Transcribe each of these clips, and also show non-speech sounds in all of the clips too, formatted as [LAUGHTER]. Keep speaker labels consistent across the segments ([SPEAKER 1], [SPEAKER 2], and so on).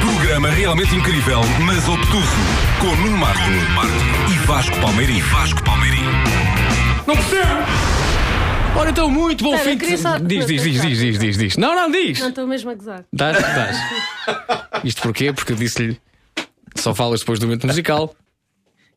[SPEAKER 1] programa realmente incrível, mas obtuso, com Nuno Marco, e Vasco Palmeirim. Vasco Palmeirim. Não percebo!
[SPEAKER 2] Ora então, muito bom
[SPEAKER 3] Espera,
[SPEAKER 2] fim
[SPEAKER 3] eu queria só-
[SPEAKER 2] de... Diz, diz, diz, diz, diz, diz, diz. Não, não, diz.
[SPEAKER 3] Não estou mesmo a gozar.
[SPEAKER 2] Dás, dás. Isto porquê? Porque eu disse-lhe só falas depois do momento musical.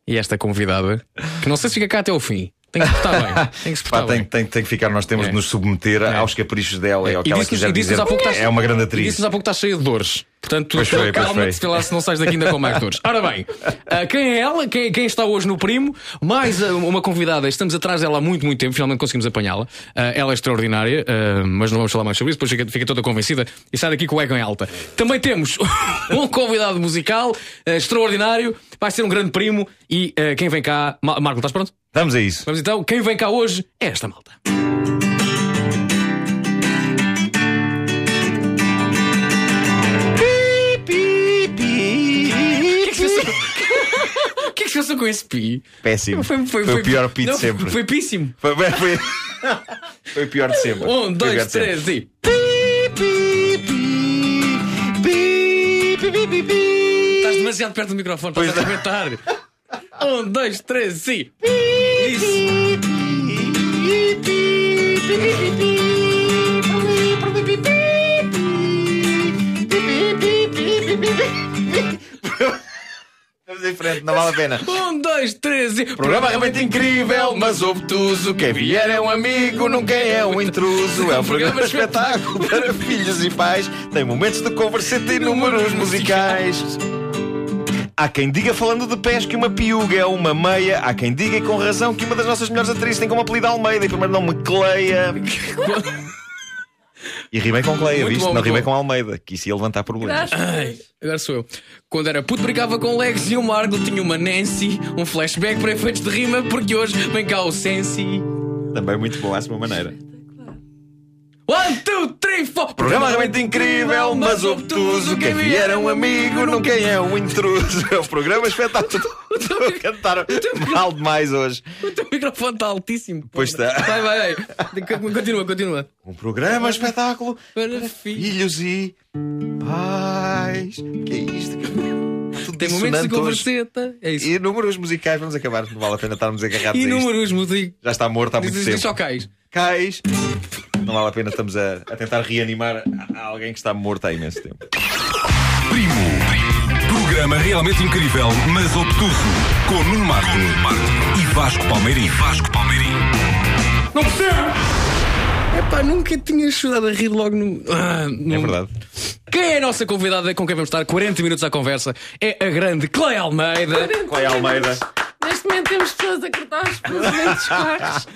[SPEAKER 2] E esta convidada, que não sei se fica cá até ao fim. Tem que se portar bem. Tem que se portar
[SPEAKER 4] Pá, tem,
[SPEAKER 2] bem.
[SPEAKER 4] tem, tem que ficar, nós temos
[SPEAKER 2] É.
[SPEAKER 4] de nos submeter aos caprichos dela e ao que
[SPEAKER 2] E
[SPEAKER 4] ela
[SPEAKER 2] disse-nos-
[SPEAKER 4] quiser
[SPEAKER 2] e disse-nos
[SPEAKER 4] dizer.
[SPEAKER 2] há pouco que estás-
[SPEAKER 4] É uma grande
[SPEAKER 2] E
[SPEAKER 4] atriz.
[SPEAKER 2] disse-nos há pouco que estás cheia de dores. Portanto,
[SPEAKER 4] Pois foi, pois
[SPEAKER 2] calma-te,
[SPEAKER 4] foi.
[SPEAKER 2] sei lá, se não sais daqui ainda com mais
[SPEAKER 4] [LAUGHS]
[SPEAKER 2] dores. Ora bem, ah, quem é ela? Quem, quem está hoje no primo? Mais ah, uma convidada. Estamos atrás dela há muito, muito tempo. Finalmente conseguimos apanhá-la. Ah, ela é extraordinária, ah, mas não vamos falar mais sobre isso. Depois fica, fica toda convencida e sai daqui com o ego em alta. Também temos [LAUGHS] um convidado musical ah, extraordinário. Vai ser um grande primo. E ah, quem vem cá. Ma- Marco, estás pronto?
[SPEAKER 4] Vamos a isso.
[SPEAKER 2] Vamos então, quem vem cá hoje é esta malta. O que é que se passou? O que é que se passou com esse pi?
[SPEAKER 4] Péssimo. o pior pi de
[SPEAKER 2] não,
[SPEAKER 4] sempre.
[SPEAKER 2] Foi píssimo.
[SPEAKER 4] Foi, foi, foi- foi o pior de sempre. Foi
[SPEAKER 2] Um,
[SPEAKER 4] o
[SPEAKER 2] dois,
[SPEAKER 4] pior de sempre.
[SPEAKER 2] três e. Estás demasiado perto do microfone, para estás a comentar.
[SPEAKER 4] é.
[SPEAKER 2] Um, dois, três e. Isso.
[SPEAKER 4] Vamos em frente, não vale a pena.
[SPEAKER 2] Um, dois, três e.
[SPEAKER 4] Programa realmente incrível, mas obtuso. Quem vier é um amigo, nunca é um intruso. É um programa espetáculo para filhos e pais. Tem momentos de conversa e tem números musicais. Há quem diga falando de pés que uma piuga é uma meia. Há quem diga e com razão que uma das nossas melhores atrizes tem como apelido Almeida e primeiro não me Cleia. E rimei com Cleia,
[SPEAKER 2] Muito
[SPEAKER 4] viste?
[SPEAKER 2] bom,
[SPEAKER 4] não
[SPEAKER 2] muito
[SPEAKER 4] rimei
[SPEAKER 2] bom.
[SPEAKER 4] com Almeida, que isso ia levantar problemas.
[SPEAKER 2] Agora sou eu. Quando era puto, brincava com Legs e o Margo tinha uma Nancy. Um flashback para efeitos de rima, porque hoje vem cá o Sensi.
[SPEAKER 4] Também muito boa, à sua maneira.
[SPEAKER 2] One, two, three, four.
[SPEAKER 4] Programa realmente incrível, mas obtuso. Quem vier é um amigo, nunca é um intruso. É um programa [LAUGHS] espetáculo. Estou a cantar mal demais hoje.
[SPEAKER 2] [LAUGHS] O teu microfone está altíssimo.
[SPEAKER 4] Pois está.
[SPEAKER 2] Vai, vai, vai. [LAUGHS] Continua, continua.
[SPEAKER 4] Um programa espetáculo.
[SPEAKER 2] Para filho.
[SPEAKER 4] Filhos e pais. Que é isto? Está tudo
[SPEAKER 2] Tem momentos de
[SPEAKER 4] dissonante hoje.
[SPEAKER 2] converseta. É isso.
[SPEAKER 4] E números musicais, vamos acabar. Não vale a pena estarmos agarrados
[SPEAKER 2] E
[SPEAKER 4] a isto.
[SPEAKER 2] números, músico.
[SPEAKER 4] Já está morto há
[SPEAKER 2] Diz,
[SPEAKER 4] muito
[SPEAKER 2] diz,
[SPEAKER 4] tempo.
[SPEAKER 2] diz só cais.
[SPEAKER 4] Cais. Não vale a pena, estamos a, a tentar reanimar a- a alguém que está morto há imenso tempo.
[SPEAKER 1] Primo. Programa realmente incrível, mas obtuso, com Nuno Marco, e Vasco Palmeirim. Vasco Palmeirim. Não percebo!
[SPEAKER 2] Epá, nunca tinha chorado a rir logo no. Ah,
[SPEAKER 4] É
[SPEAKER 2] no-
[SPEAKER 4] verdade.
[SPEAKER 2] Quem é a nossa convidada com quem vamos estar 40 minutos à conversa? É a grande Cleia Almeida.
[SPEAKER 4] Cleia Almeida.
[SPEAKER 3] Neste momento temos pessoas a cortar os movimentos quartos.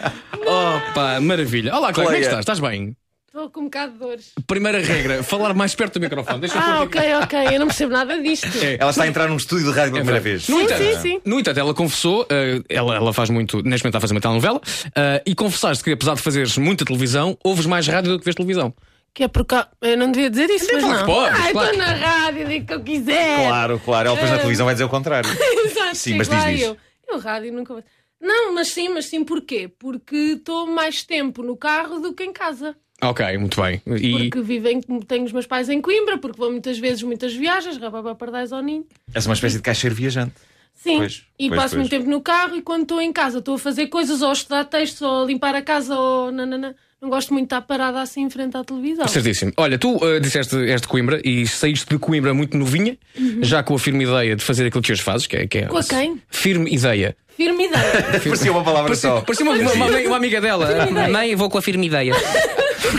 [SPEAKER 2] Opa, maravilha. Olá, Cleia, como é que
[SPEAKER 4] Cleia.
[SPEAKER 2] estás? Estás bem?
[SPEAKER 3] Estou com um bocado de dores.
[SPEAKER 2] Primeira regra, falar mais perto do microfone. Deixa eu
[SPEAKER 3] Ah,
[SPEAKER 2] pôr aqui.
[SPEAKER 3] ok, ok. Eu não percebo nada disto.
[SPEAKER 2] É.
[SPEAKER 4] Ela está a entrar num estúdio de rádio pela primeira vez.
[SPEAKER 2] No entanto,
[SPEAKER 3] sim, sim.
[SPEAKER 2] no entanto, ela confessou, eh, ela, ela faz muito, neste momento está a fazer uma telenovela, eh, e confessaste que apesar de fazeres muita televisão, ouves mais rádio do que vês televisão.
[SPEAKER 3] Que é por cá. Eu não devia dizer isso, mas
[SPEAKER 2] fala
[SPEAKER 3] não.
[SPEAKER 2] que podes,
[SPEAKER 3] ah,
[SPEAKER 2] Então claro.
[SPEAKER 3] estou na rádio, digo o que eu quiser.
[SPEAKER 4] Claro, claro. Ela depois
[SPEAKER 3] É.
[SPEAKER 4] na televisão vai dizer o contrário.
[SPEAKER 3] [LAUGHS] Exato,
[SPEAKER 4] Sim,
[SPEAKER 3] chego
[SPEAKER 4] mas diz,
[SPEAKER 3] lá
[SPEAKER 4] diz.
[SPEAKER 3] Eu, eu rádio nunca vou. Não, mas sim, mas sim, porquê? Porque estou mais tempo no carro do que em casa.
[SPEAKER 2] Ok, muito bem. E
[SPEAKER 3] Porque vivem, tenho os meus pais em Coimbra, porque vou muitas vezes, muitas viagens, rababa pardais ao ninho.
[SPEAKER 4] És uma espécie de caixeiro viajante.
[SPEAKER 3] Sim,
[SPEAKER 4] Pois,
[SPEAKER 3] e
[SPEAKER 4] pois,
[SPEAKER 3] passo
[SPEAKER 4] pois.
[SPEAKER 3] muito tempo no carro e quando estou em casa estou a fazer coisas, ou a estudar textos, ou a limpar a casa, ou nanana. Não gosto muito de estar parada assim em frente à televisão.
[SPEAKER 2] certíssimo. Olha, tu eh, disseste és de Coimbra e saíste de Coimbra muito novinha, já com a firme ideia de fazer aquilo que hoje fazes, que é. Que é
[SPEAKER 3] Uhum. Com a quem?
[SPEAKER 2] Firme ideia.
[SPEAKER 3] Firme
[SPEAKER 4] [LAUGHS]
[SPEAKER 3] ideia.
[SPEAKER 4] [LAUGHS] Parecia uma palavra
[SPEAKER 2] Parecia,
[SPEAKER 4] só.
[SPEAKER 2] parecia uma, uma- uma- uma amiga dela.
[SPEAKER 3] Firme ideia.
[SPEAKER 2] Mãe, eu vou com a firme ideia.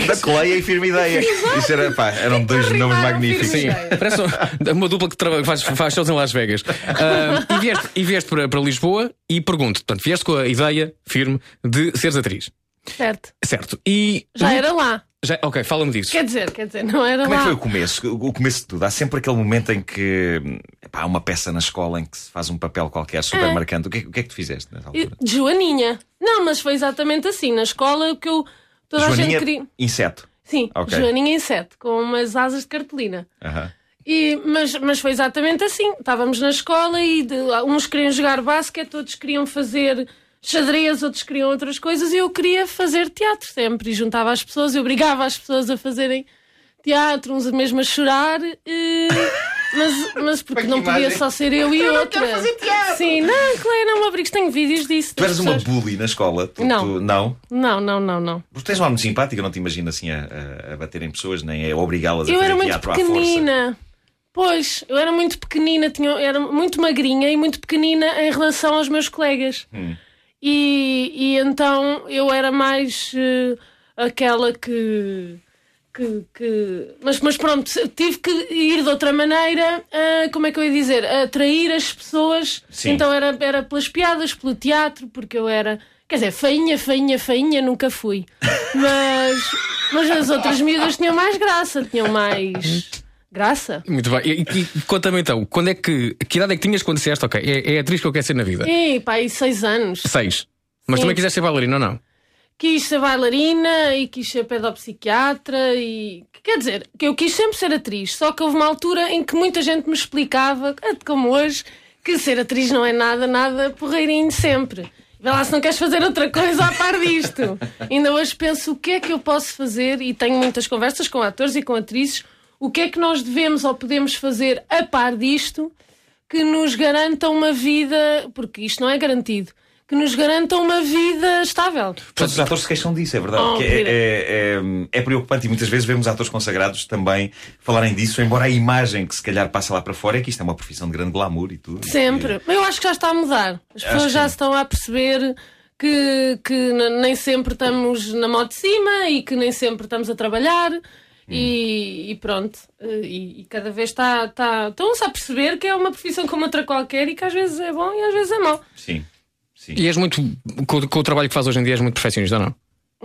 [SPEAKER 4] Da Cleia e firme ideia. Isso era, pá, eram dois
[SPEAKER 3] Rimaram
[SPEAKER 4] nomes
[SPEAKER 3] firme
[SPEAKER 4] magníficos.
[SPEAKER 3] ideia.
[SPEAKER 2] Sim, parece um- uma dupla que traba- faz, faz shows em Las Vegas. Ah, e vieste, e vieste para, para Lisboa e pergunto, portanto, vieste com a ideia firme de seres atriz.
[SPEAKER 3] certo.
[SPEAKER 2] Certo. E.
[SPEAKER 3] Já era lá.
[SPEAKER 2] Já- ok, fala-me disso.
[SPEAKER 3] Quer dizer, quer dizer, não era
[SPEAKER 4] Como é
[SPEAKER 3] lá.
[SPEAKER 4] que foi o começo? O começo de tudo. Há sempre aquele momento em que pá, há uma peça na escola em que se faz um papel qualquer super
[SPEAKER 3] É.
[SPEAKER 4] marcante. O que, é, o que é que tu fizeste nessa
[SPEAKER 3] Eu-
[SPEAKER 4] altura?
[SPEAKER 3] de Joaninha. Não, mas foi exatamente assim. Na escola que eu. Toda a gente
[SPEAKER 4] Joaninha,
[SPEAKER 3] queria.
[SPEAKER 4] inseto.
[SPEAKER 3] Sim,
[SPEAKER 4] Ok.
[SPEAKER 3] Joaninha em sete, com umas asas de cartolina.
[SPEAKER 4] Aham.
[SPEAKER 3] E- mas, mas foi exatamente assim. Estávamos na escola e de- uns queriam jogar basquete, outros queriam fazer xadrez, outros queriam outras coisas. E eu queria fazer teatro sempre. E juntava
[SPEAKER 4] [LAUGHS]
[SPEAKER 3] as pessoas, eu obrigava as pessoas a fazerem teatro, uns mesmo a chorar. E, Mas, mas porque
[SPEAKER 4] Para
[SPEAKER 3] não
[SPEAKER 4] que
[SPEAKER 3] podia
[SPEAKER 4] imagem?
[SPEAKER 3] só ser eu e outra. Sim, não, claro, não me obrigues, tenho vídeos disso.
[SPEAKER 4] Tu
[SPEAKER 3] das
[SPEAKER 4] eras uma
[SPEAKER 3] pessoas.
[SPEAKER 4] bully na escola? Tu-
[SPEAKER 3] Não.
[SPEAKER 4] tu- não?
[SPEAKER 3] Não, não, não, não.
[SPEAKER 4] Porque tens uma muito simpática, não te imagino assim a, a- a bater em pessoas, nem a obrigá-las a
[SPEAKER 3] Eu
[SPEAKER 4] fazer
[SPEAKER 3] era muito
[SPEAKER 4] teatro à força.
[SPEAKER 3] pequenina. Pois, eu era muito pequenina, tinha, era muito magrinha e muito pequenina em relação aos meus colegas. E, e então eu era mais eh, aquela que. que, que- Mas, mas pronto, tive que ir de outra maneira, ah, como é que eu ia dizer? A Atrair as pessoas.
[SPEAKER 4] Sim.
[SPEAKER 3] Então era, era pelas piadas, pelo teatro, porque eu era. Quer dizer, feinha, feinha, feinha, nunca fui. Mas, mas as outras miúdas tinham mais graça, tinham mais. Graça?
[SPEAKER 2] Muito bem. E, e- e conta-me então, quando é que. Que idade é que tinhas quando disseste, ok, é, é a atriz que eu quero ser na vida?
[SPEAKER 3] Ei, pá, aí seis anos.
[SPEAKER 2] Seis. Mas
[SPEAKER 3] Sim.
[SPEAKER 2] também quiseste ser bailarina ou não?
[SPEAKER 3] quis ser bailarina e quis ser pedopsiquiatra e quer dizer, que eu quis sempre ser atriz, só que houve uma altura em que muita gente me explicava, "Ah, como hoje, que ser atriz não é nada, nada porreirinho sempre. Vê lá se não queres fazer outra coisa a par disto. Ainda hoje penso o que é que eu posso fazer e tenho muitas conversas com atores e com atrizes, o que é que nós devemos ou podemos fazer a par disto que nos garanta uma vida, porque isto não é garantido, que nos garanta uma vida estável.
[SPEAKER 4] Portanto, os atores se queixam disso, é verdade.
[SPEAKER 3] Oh,
[SPEAKER 4] que é,
[SPEAKER 3] querida.
[SPEAKER 4] é- é- é preocupante e muitas vezes vemos atores consagrados também falarem disso, embora a imagem que se calhar passa lá para fora é que isto é uma profissão de grande glamour e tudo.
[SPEAKER 3] Sempre. Mas eu acho que já está a mudar. As
[SPEAKER 4] que
[SPEAKER 3] pessoas já
[SPEAKER 4] sim.
[SPEAKER 3] se estão a perceber que, que n- nem sempre estamos na mão de cima e que nem sempre estamos a trabalhar.
[SPEAKER 2] Hum.
[SPEAKER 3] E, e pronto, e, e cada vez está, está. Estão-se a perceber que é uma profissão como outra qualquer e que às vezes é bom e às vezes é mau.
[SPEAKER 4] E- Sim, sim.
[SPEAKER 2] E és muito. Com, o- com o trabalho que fazes hoje em dia és muito perfeccionista ou não?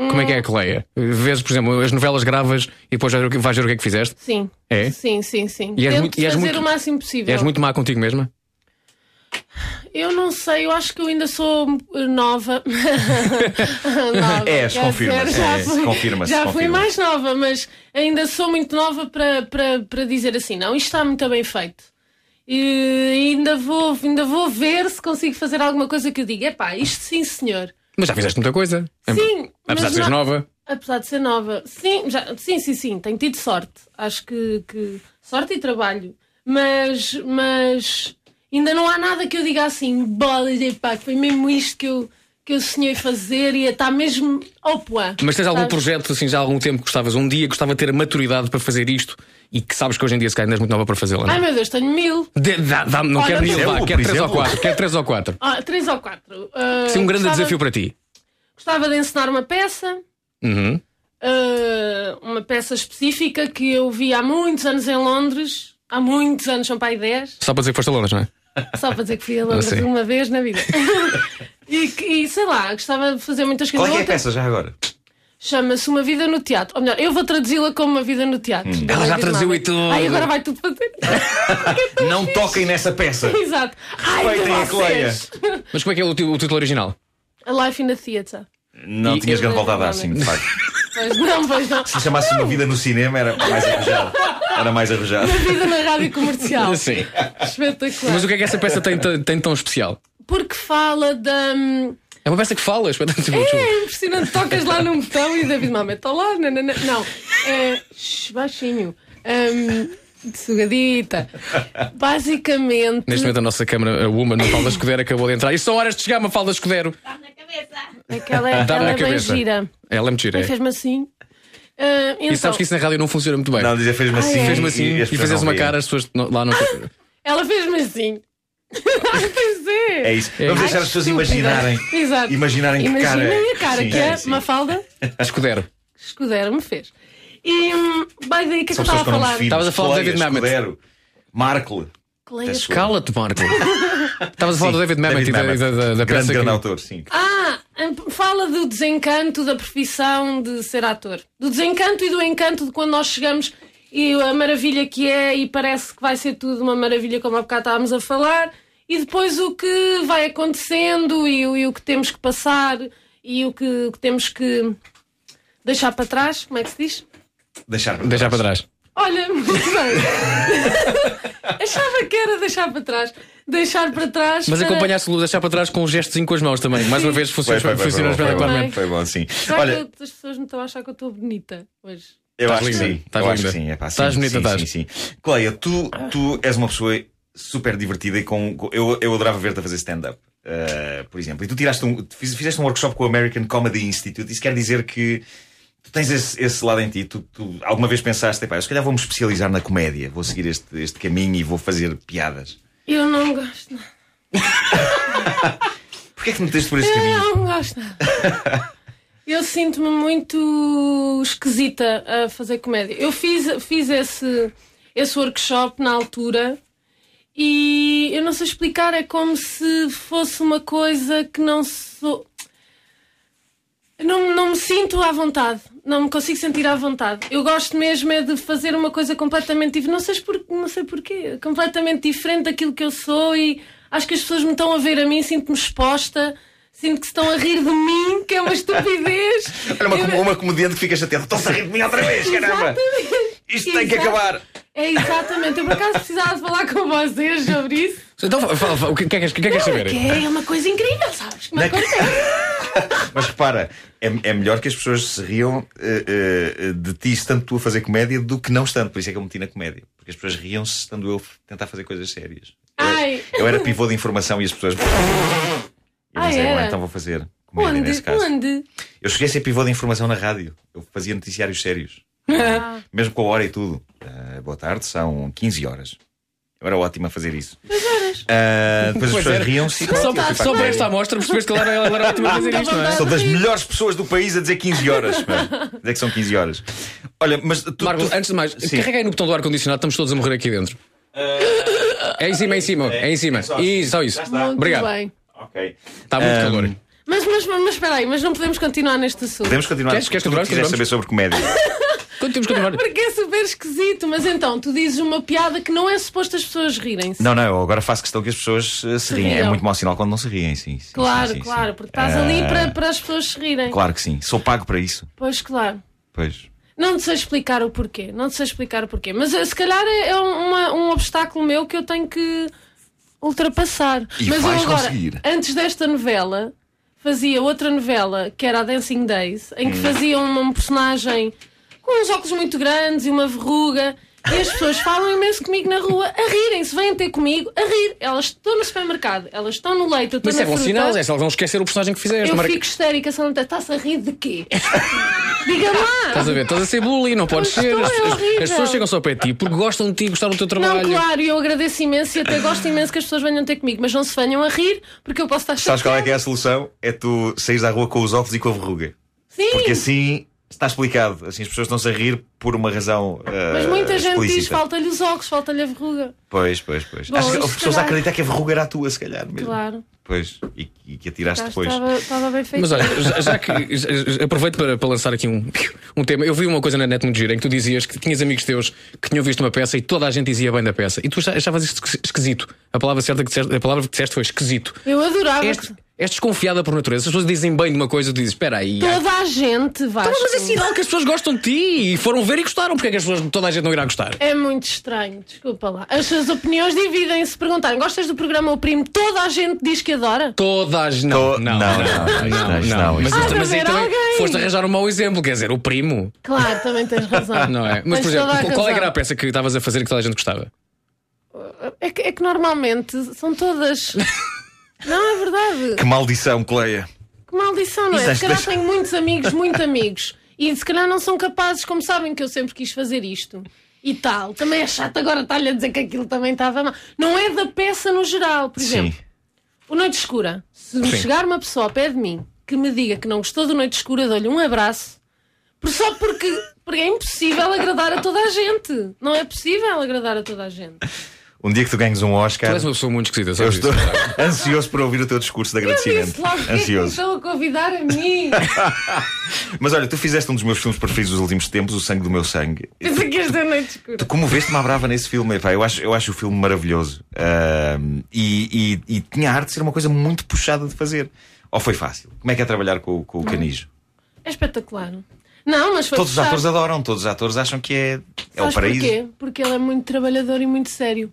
[SPEAKER 2] Como é que é a coleia? Vês, por exemplo, as novelas gravas e depois vais ver o que- vais ver o que é que fizeste?
[SPEAKER 3] Sim.
[SPEAKER 2] É?
[SPEAKER 3] Sim, sim, sim.
[SPEAKER 2] E és
[SPEAKER 3] Tento
[SPEAKER 2] muito- e és
[SPEAKER 3] fazer
[SPEAKER 2] muito-
[SPEAKER 3] o máximo possível.
[SPEAKER 2] És muito má contigo mesma?
[SPEAKER 3] Eu não sei, eu acho que eu ainda sou eh, nova. [LAUGHS] nova
[SPEAKER 4] És,
[SPEAKER 3] quer
[SPEAKER 4] É, confirma-se,
[SPEAKER 3] dizer, já
[SPEAKER 4] é,
[SPEAKER 3] fui-
[SPEAKER 4] confirma-se,
[SPEAKER 3] Já fui
[SPEAKER 4] confirma-se.
[SPEAKER 3] mais nova, mas ainda sou muito nova para, para, para dizer assim: não, isto está muito bem feito. E ainda vou, ainda vou ver se consigo fazer alguma coisa que eu diga: epá, isto sim, senhor.
[SPEAKER 2] Mas já fizeste muita coisa. É
[SPEAKER 3] Sim,
[SPEAKER 2] Apesar
[SPEAKER 3] mas
[SPEAKER 2] de seres
[SPEAKER 3] não-
[SPEAKER 2] nova.
[SPEAKER 3] Apesar de ser nova, sim, já, sim, sim, sim, tenho tido sorte. Acho que, que sorte e trabalho. Mas, mas ainda não há nada que eu diga assim, bolas, epá, foi mesmo isto que eu, que eu sonhei fazer e está mesmo ao poá.
[SPEAKER 2] Mas tens algum
[SPEAKER 3] Sabes?
[SPEAKER 2] projeto assim já há algum tempo que gostavas? Um dia gostava de ter a maturidade para fazer isto e que sabes que hoje em dia se calhar ainda és muito nova para fazê-la.
[SPEAKER 3] Ai
[SPEAKER 2] Não? é?
[SPEAKER 3] meu Deus, tenho mil.
[SPEAKER 2] De- dá- dá- não
[SPEAKER 3] Olha,
[SPEAKER 2] quero
[SPEAKER 3] por
[SPEAKER 2] mil, vá,
[SPEAKER 4] exemplo,
[SPEAKER 2] quero
[SPEAKER 4] por
[SPEAKER 2] três ou
[SPEAKER 4] um exemplo.
[SPEAKER 2] quatro. Quero três ou quatro.
[SPEAKER 3] Ah, três ou quatro. Ah,
[SPEAKER 2] Sim, um grande
[SPEAKER 3] gostava-
[SPEAKER 2] desafio para ti.
[SPEAKER 3] Gostava de ensinar uma peça.
[SPEAKER 2] Uhum.
[SPEAKER 3] Uh, uma peça específica que eu vi há muitos anos em Londres. Há muitos anos, são para aí 10.
[SPEAKER 2] Só para dizer que foste a Londres, não é?
[SPEAKER 3] Só para dizer que fui a Londres
[SPEAKER 2] Ah, sim.
[SPEAKER 3] uma vez
[SPEAKER 2] [LAUGHS]
[SPEAKER 3] na vida. e, que- e sei lá, gostava de fazer muitas
[SPEAKER 4] Qual
[SPEAKER 3] coisas.
[SPEAKER 4] é que é a peça
[SPEAKER 3] Outra-
[SPEAKER 4] já agora?
[SPEAKER 3] Chama-se Uma Vida no Teatro. Ou melhor, eu vou traduzi-la como Uma Vida no Teatro.
[SPEAKER 2] Hum. Ela
[SPEAKER 3] Não
[SPEAKER 2] já
[SPEAKER 3] diz
[SPEAKER 2] traduziu
[SPEAKER 3] nada.
[SPEAKER 2] e tudo.
[SPEAKER 3] Ai, agora vai tudo
[SPEAKER 2] [LAUGHS]
[SPEAKER 3] fazer.
[SPEAKER 4] Não toquem nessa peça!
[SPEAKER 3] Exato. Ai, de
[SPEAKER 4] Respeitem a Cleia.
[SPEAKER 3] vocês.
[SPEAKER 2] Mas como é que é o, ti- o título original?
[SPEAKER 3] A Life in a Theatre.
[SPEAKER 4] Não
[SPEAKER 2] E-
[SPEAKER 4] tinhas grande volta a dar,
[SPEAKER 3] Não,
[SPEAKER 4] sim, de facto.
[SPEAKER 3] Pois não, pois não.
[SPEAKER 4] Se chamasse uma vida no cinema era mais arrojado. Era mais arrojado.
[SPEAKER 3] Vida na rádio comercial.
[SPEAKER 2] [LAUGHS]
[SPEAKER 4] Ah,
[SPEAKER 2] Sim.
[SPEAKER 3] Espetacular.
[SPEAKER 2] Mas o que é que essa peça tem, t- tem tão especial?
[SPEAKER 3] Porque fala da. hum,
[SPEAKER 2] É uma peça que falas. [LAUGHS] portanto, tipo,
[SPEAKER 3] É impressionante, tocas lá num botão e David Malmet está lá. Não, não, não. não. É, shh, baixinho. Hum, de sugadita. Basicamente.
[SPEAKER 2] Neste momento a nossa câmara, a woman, Mafalda Escudero, acabou de entrar. E são horas de chegar, Mafalda Escudero.
[SPEAKER 3] Aquela, ela
[SPEAKER 2] na
[SPEAKER 3] é bem
[SPEAKER 2] cabeça.
[SPEAKER 3] gira.
[SPEAKER 2] Ela me tira.
[SPEAKER 3] E
[SPEAKER 2] é.
[SPEAKER 3] fez-me assim. Ah,
[SPEAKER 2] E
[SPEAKER 3] então,
[SPEAKER 2] sabes que isso na rádio não funciona muito bem.
[SPEAKER 4] Não, dizer fez-me assim.
[SPEAKER 3] é?
[SPEAKER 2] Fez-me assim
[SPEAKER 4] e
[SPEAKER 2] e,
[SPEAKER 4] as pessoas
[SPEAKER 2] fazes
[SPEAKER 4] não
[SPEAKER 2] uma
[SPEAKER 4] riam.
[SPEAKER 2] cara, as pessoas não- lá não.
[SPEAKER 4] [LAUGHS]
[SPEAKER 3] Ela fez-me assim. Ai, pois é.
[SPEAKER 4] É isso.
[SPEAKER 2] É
[SPEAKER 4] Vamos
[SPEAKER 2] isso.
[SPEAKER 4] deixar as pessoas
[SPEAKER 3] Estúpida.
[SPEAKER 4] imaginarem.
[SPEAKER 3] Exato.
[SPEAKER 4] Imaginarem que cara. é.
[SPEAKER 3] Imaginem a cara
[SPEAKER 4] Sim,
[SPEAKER 3] que é
[SPEAKER 4] sim.
[SPEAKER 3] uma falda
[SPEAKER 2] Escudero.
[SPEAKER 3] que Escudero me fez. E, hum, bem, daí o que é que eu
[SPEAKER 4] São pessoas
[SPEAKER 3] estava a
[SPEAKER 4] com nomes
[SPEAKER 3] falar?
[SPEAKER 4] finos.
[SPEAKER 2] Estavas a falar do
[SPEAKER 4] Cleia,
[SPEAKER 2] David Mamet.
[SPEAKER 4] Escudero, Markle.
[SPEAKER 3] Colegas
[SPEAKER 4] Desculpa.
[SPEAKER 2] Cala-te,
[SPEAKER 4] [LAUGHS]
[SPEAKER 2] Marco. Estavas a falar do David Mamet e da, e da, da, da
[SPEAKER 4] grande,
[SPEAKER 2] peça
[SPEAKER 4] grande
[SPEAKER 2] que...
[SPEAKER 4] autor, sim.
[SPEAKER 3] Ah, fala do desencanto da profissão de ser ator. Do desencanto e do encanto de quando nós chegamos e a maravilha que é e parece que vai ser tudo uma maravilha como há bocado estávamos a falar e depois o que vai acontecendo e, o- e o que temos que passar e o que, o que temos que deixar para trás, como é que se diz?
[SPEAKER 4] Deixar para
[SPEAKER 2] Deixar para trás.
[SPEAKER 3] Olha, [LAUGHS] muito bem. Achava que era deixar para trás. Deixar para trás.
[SPEAKER 2] Mas
[SPEAKER 3] para-
[SPEAKER 2] acompanhaste o deixar para trás com um gestozinho com as mãos também. Mais uma vez
[SPEAKER 4] Foi,
[SPEAKER 2] funciona
[SPEAKER 4] foi, foi, foi,
[SPEAKER 2] funciona
[SPEAKER 4] bom, foi, bom,
[SPEAKER 2] espetacularmente.
[SPEAKER 4] foi bom, sim.
[SPEAKER 3] Será
[SPEAKER 4] Olha,
[SPEAKER 3] que as pessoas me estão a achar que eu estou bonita hoje?
[SPEAKER 4] Eu
[SPEAKER 2] Estás
[SPEAKER 4] acho que
[SPEAKER 2] linda,
[SPEAKER 4] sim.
[SPEAKER 2] estás
[SPEAKER 4] eu acho que
[SPEAKER 2] linda.
[SPEAKER 4] sim. Epá, sim,
[SPEAKER 2] Estás bonita,
[SPEAKER 4] sim,
[SPEAKER 2] estás.
[SPEAKER 4] Sim, sim. Cláudia, tu, tu és uma pessoa super divertida e com. com- eu, eu adorava ver-te a fazer stand-up. eh, por exemplo, e tu tiraste um, fiz- fizeste um workshop com o American Comedy Institute. Isso quer dizer que tu tens esse, esse lado em ti. Tu, tu alguma vez pensaste, "Epá, eu se calhar vou-me especializar na comédia, vou seguir este, este caminho e vou fazer piadas.
[SPEAKER 3] Eu não gosto nada.
[SPEAKER 4] Porquê é que meteste por esse
[SPEAKER 3] Eh,
[SPEAKER 4] caminho?
[SPEAKER 3] Eu não gosto nada.
[SPEAKER 4] [LAUGHS]
[SPEAKER 3] Eu sinto-me muito esquisita a fazer comédia. Eu fiz, fiz esse, esse workshop na altura e eu não sei explicar, é como se fosse uma coisa que não sou. Eu Não, não me sinto à vontade, não me consigo sentir à vontade. Eu gosto mesmo é de fazer uma coisa completamente diferente, não sei, por, não sei porquê, completamente diferente daquilo que eu sou e acho que as pessoas me estão a ver a mim, sinto-me exposta, sinto que se estão a rir de mim, que é uma estupidez.
[SPEAKER 4] [LAUGHS] Olha, uma,
[SPEAKER 3] Eu-
[SPEAKER 4] com- uma comediante que fica chateada. Estão-se a rir de mim outra vez, caramba!
[SPEAKER 3] Exatamente.
[SPEAKER 4] Isto tem que
[SPEAKER 3] Exato.
[SPEAKER 4] acabar!
[SPEAKER 3] É exatamente, eu por acaso precisava de falar com vocês sobre isso.
[SPEAKER 2] Então, fala, fala, o que, o que é que, o que é que queres
[SPEAKER 3] Não,
[SPEAKER 2] saber?
[SPEAKER 3] é que é uma coisa incrível, sabes? Como
[SPEAKER 4] Não é que-
[SPEAKER 3] acontece?
[SPEAKER 4] Mas repara, é, é melhor que as pessoas se riam eh, eh, de ti estando tu a fazer comédia do que não estando. Por isso é que eu meti na comédia. Porque as pessoas riam-se estando eu a tentar fazer coisas sérias. Eu-
[SPEAKER 3] Ai.
[SPEAKER 4] Eu, era pivô de informação e as pessoas. Eu
[SPEAKER 3] Ah,
[SPEAKER 4] pensei, "Bom,
[SPEAKER 3] era?
[SPEAKER 4] então vou fazer comédia nesse
[SPEAKER 3] Onde?
[SPEAKER 4] caso.
[SPEAKER 3] Onde?
[SPEAKER 4] Eu cheguei a ser pivô de informação na rádio. Eu fazia noticiários sérios.
[SPEAKER 3] Ah.
[SPEAKER 4] Mesmo com a hora e tudo. Ah, boa tarde, são 15 horas. Eu era ótimo a fazer isso. Ah, depois as
[SPEAKER 2] Pois
[SPEAKER 4] pessoas
[SPEAKER 2] era.
[SPEAKER 4] riam-se e pronto, eu
[SPEAKER 2] Só,
[SPEAKER 4] fui para a
[SPEAKER 2] só para
[SPEAKER 4] comédia.
[SPEAKER 2] esta amostra percebeste que ela era, ela era ótima a fazer isto, não é?
[SPEAKER 4] São das melhores pessoas do país a dizer 15 horas.
[SPEAKER 3] [LAUGHS]
[SPEAKER 4] mano. Dizer que são 15 horas. Olha, mas tu. tu-
[SPEAKER 2] Marco, antes de mais,
[SPEAKER 4] Sim.
[SPEAKER 2] carrega aí no botão do ar-condicionado, estamos todos a morrer aqui dentro. É em cima, é em cima, é em cima.
[SPEAKER 4] Ah, é só-
[SPEAKER 2] E só isso.
[SPEAKER 4] Já está.
[SPEAKER 3] Muito
[SPEAKER 2] Obrigado.
[SPEAKER 3] bem.
[SPEAKER 4] Ok.
[SPEAKER 2] Está muito calor.
[SPEAKER 3] Mas, mas, mas espera aí, mas não podemos continuar neste assunto.
[SPEAKER 4] Podemos continuar.
[SPEAKER 2] Queres- queres
[SPEAKER 4] Tu
[SPEAKER 2] continuar?
[SPEAKER 4] quiseres saber sobre comédia.
[SPEAKER 2] Quanto temos que continuar?
[SPEAKER 3] Porque é super esquisito, mas então, tu dizes uma piada que não é suposto as pessoas rirem-se.
[SPEAKER 4] não, não, eu agora faço questão que as pessoas eh, se riem. É
[SPEAKER 3] riam.
[SPEAKER 4] muito mau sinal quando não se riem, sim. sim,
[SPEAKER 3] Claro,
[SPEAKER 4] sim, sim,
[SPEAKER 3] claro,
[SPEAKER 4] sim.
[SPEAKER 3] porque estás ali para, para as pessoas se rirem.
[SPEAKER 4] Claro que sim. Sou pago para isso.
[SPEAKER 3] Pois claro.
[SPEAKER 4] Pois.
[SPEAKER 3] Não te sei explicar o porquê, não te sei explicar o porquê, mas eh, se calhar é é um- uma- um obstáculo meu que eu tenho que ultrapassar.
[SPEAKER 4] E
[SPEAKER 3] mas
[SPEAKER 4] vais
[SPEAKER 3] eu agora,
[SPEAKER 4] conseguir.
[SPEAKER 3] antes desta novela, fazia outra novela que era a Dancing Days, em
[SPEAKER 4] Hum.
[SPEAKER 3] que fazia um, um personagem com uns óculos muito grandes e uma verruga. E as pessoas falam imenso comigo na rua, a rirem-se, vêm ter comigo, a rir. Elas estão no supermercado, elas estão no leite, eu estou
[SPEAKER 2] Mas isso é
[SPEAKER 3] na
[SPEAKER 2] bom
[SPEAKER 3] fruta.
[SPEAKER 2] sinal, é se elas vão esquecer o personagem que fizeste.
[SPEAKER 3] Eu
[SPEAKER 2] Marco.
[SPEAKER 3] fico histérica, se ela não está-se a rir de quê? [LAUGHS] Diga lá!
[SPEAKER 2] Estás a ver? Estás a ser bully, não podes
[SPEAKER 3] Mas
[SPEAKER 2] ser.
[SPEAKER 3] estou,
[SPEAKER 2] As,
[SPEAKER 3] é
[SPEAKER 2] as- as
[SPEAKER 3] horrível.
[SPEAKER 2] pessoas chegam só para ti porque gostam de ti, gostaram do teu
[SPEAKER 3] Não,
[SPEAKER 2] trabalho.
[SPEAKER 3] claro, eu agradeço imenso e
[SPEAKER 4] [COUGHS]
[SPEAKER 3] até gosto imenso que as pessoas venham ter comigo, mas não se venham a rir, porque eu posso estar
[SPEAKER 4] Sabes qual é que é
[SPEAKER 3] chateada.
[SPEAKER 4] a solução? É tu saís da rua com os óculos e com a verruga.
[SPEAKER 3] Sim,
[SPEAKER 4] Porque assim está explicado. Assim as pessoas estão-se a rir por uma razão. eh,
[SPEAKER 3] mas muita gente diz:
[SPEAKER 4] explícita.
[SPEAKER 3] falta-lhe os óculos, falta-lhe a verruga.
[SPEAKER 4] Pois, pois, pois.
[SPEAKER 3] Bom,
[SPEAKER 4] Acho que
[SPEAKER 3] se
[SPEAKER 4] as pessoas
[SPEAKER 3] calhar-
[SPEAKER 4] acreditam que a verruga era a tua, se calhar mesmo.
[SPEAKER 3] Claro,
[SPEAKER 4] Pois. E, e que atiraste
[SPEAKER 3] já
[SPEAKER 4] depois.
[SPEAKER 3] estava, estava bem feito.
[SPEAKER 2] Mas olha, já- já que já- já- aproveito para, para lançar aqui um, [LAUGHS] um tema. Eu vi uma coisa na net muito gira em que tu dizias que tinhas amigos teus que tinham visto uma peça e toda a gente dizia bem da peça. E tu acha- achavas isso esqui- esquisito. A palavra certa que disseste, a palavra que disseste foi esquisito.
[SPEAKER 3] Eu adorava.
[SPEAKER 2] És,
[SPEAKER 3] que
[SPEAKER 2] és desconfiada por natureza. Se as pessoas dizem bem de uma coisa, tu dizes, espera aí. há-
[SPEAKER 3] Toda a gente vai.
[SPEAKER 2] Mas é sinal que as pessoas gostam de ti e foram ver e gostaram. Porque é que as pessoas, toda a gente não irá gostar?
[SPEAKER 3] É muito estranho, desculpa lá. As suas opiniões dividem-se. Perguntarem: gostas do programa O Primo? Toda a gente diz que adora?
[SPEAKER 2] Todas não.
[SPEAKER 4] To-
[SPEAKER 2] Não,
[SPEAKER 4] não, não, isto não,
[SPEAKER 2] não,
[SPEAKER 4] isto
[SPEAKER 2] não.
[SPEAKER 4] não,
[SPEAKER 2] Mas
[SPEAKER 4] isto
[SPEAKER 2] isto-
[SPEAKER 3] não.
[SPEAKER 2] mas aí
[SPEAKER 3] Ah,
[SPEAKER 2] também
[SPEAKER 3] alguém.
[SPEAKER 2] foste arranjar um mau exemplo, quer dizer, o primo,
[SPEAKER 3] Claro, também tens
[SPEAKER 2] [LAUGHS]
[SPEAKER 3] razão.
[SPEAKER 2] não é? Mas, por
[SPEAKER 3] Tens
[SPEAKER 2] exemplo,
[SPEAKER 3] toda a
[SPEAKER 2] qual- qual é que
[SPEAKER 3] razão.
[SPEAKER 2] era a peça que estavas a fazer que toda a gente gostava?
[SPEAKER 3] É que, é que normalmente
[SPEAKER 2] [LAUGHS]
[SPEAKER 3] são todas. não é verdade?
[SPEAKER 4] Que maldição, Cleia.
[SPEAKER 3] Que maldição, não é?
[SPEAKER 4] Isso
[SPEAKER 3] Se calhar
[SPEAKER 4] acho-
[SPEAKER 3] tenho muitos
[SPEAKER 4] [LAUGHS]
[SPEAKER 3] amigos, muito amigos. E se calhar não são capazes, como sabem que eu sempre quis fazer isto. E tal. Também é chato agora estar-lhe a dizer que aquilo também estava mal. Não é da peça no geral, por exemplo.
[SPEAKER 4] Sim.
[SPEAKER 3] O Noite Escura. Se me chegar uma pessoa ao pé de mim que me diga que não gostou do Noite Escura, dou-lhe um abraço. Por- Só porque, porque é impossível agradar a toda a gente. Não é possível agradar a toda a gente.
[SPEAKER 4] [LAUGHS] Um dia que tu ganhes um
[SPEAKER 2] Tu
[SPEAKER 4] Oscar,
[SPEAKER 2] és uma pessoa muito esquisita,
[SPEAKER 4] eu
[SPEAKER 2] sabes?
[SPEAKER 4] estou
[SPEAKER 2] isso?
[SPEAKER 4] [LAUGHS] ansioso para ouvir o teu discurso de
[SPEAKER 3] Eu
[SPEAKER 4] agradecimento.
[SPEAKER 3] disse logo que é que me
[SPEAKER 4] Ansioso.
[SPEAKER 3] estão a convidar a
[SPEAKER 4] [LAUGHS]
[SPEAKER 3] mim.
[SPEAKER 4] Mas olha, tu fizeste um dos meus filmes preferidos dos últimos tempos, O Sangue do Meu Sangue. E
[SPEAKER 3] Pensa que esta noite escura.
[SPEAKER 4] Tu comoveste-me à brava nesse filme. Epá, eu, acho, eu acho o filme maravilhoso. Ahm, e, e- e tinha a arte de ser uma coisa muito puxada de fazer. Ou foi fácil? Como é que é trabalhar com, o- com o canijo?
[SPEAKER 3] É espetacular. Não, mas foi
[SPEAKER 4] Todos os
[SPEAKER 3] puxado.
[SPEAKER 4] atores adoram, todos os atores acham que é, é o
[SPEAKER 3] Sabes
[SPEAKER 4] paraíso.
[SPEAKER 3] Porquê? Porque ele é muito trabalhador e muito sério.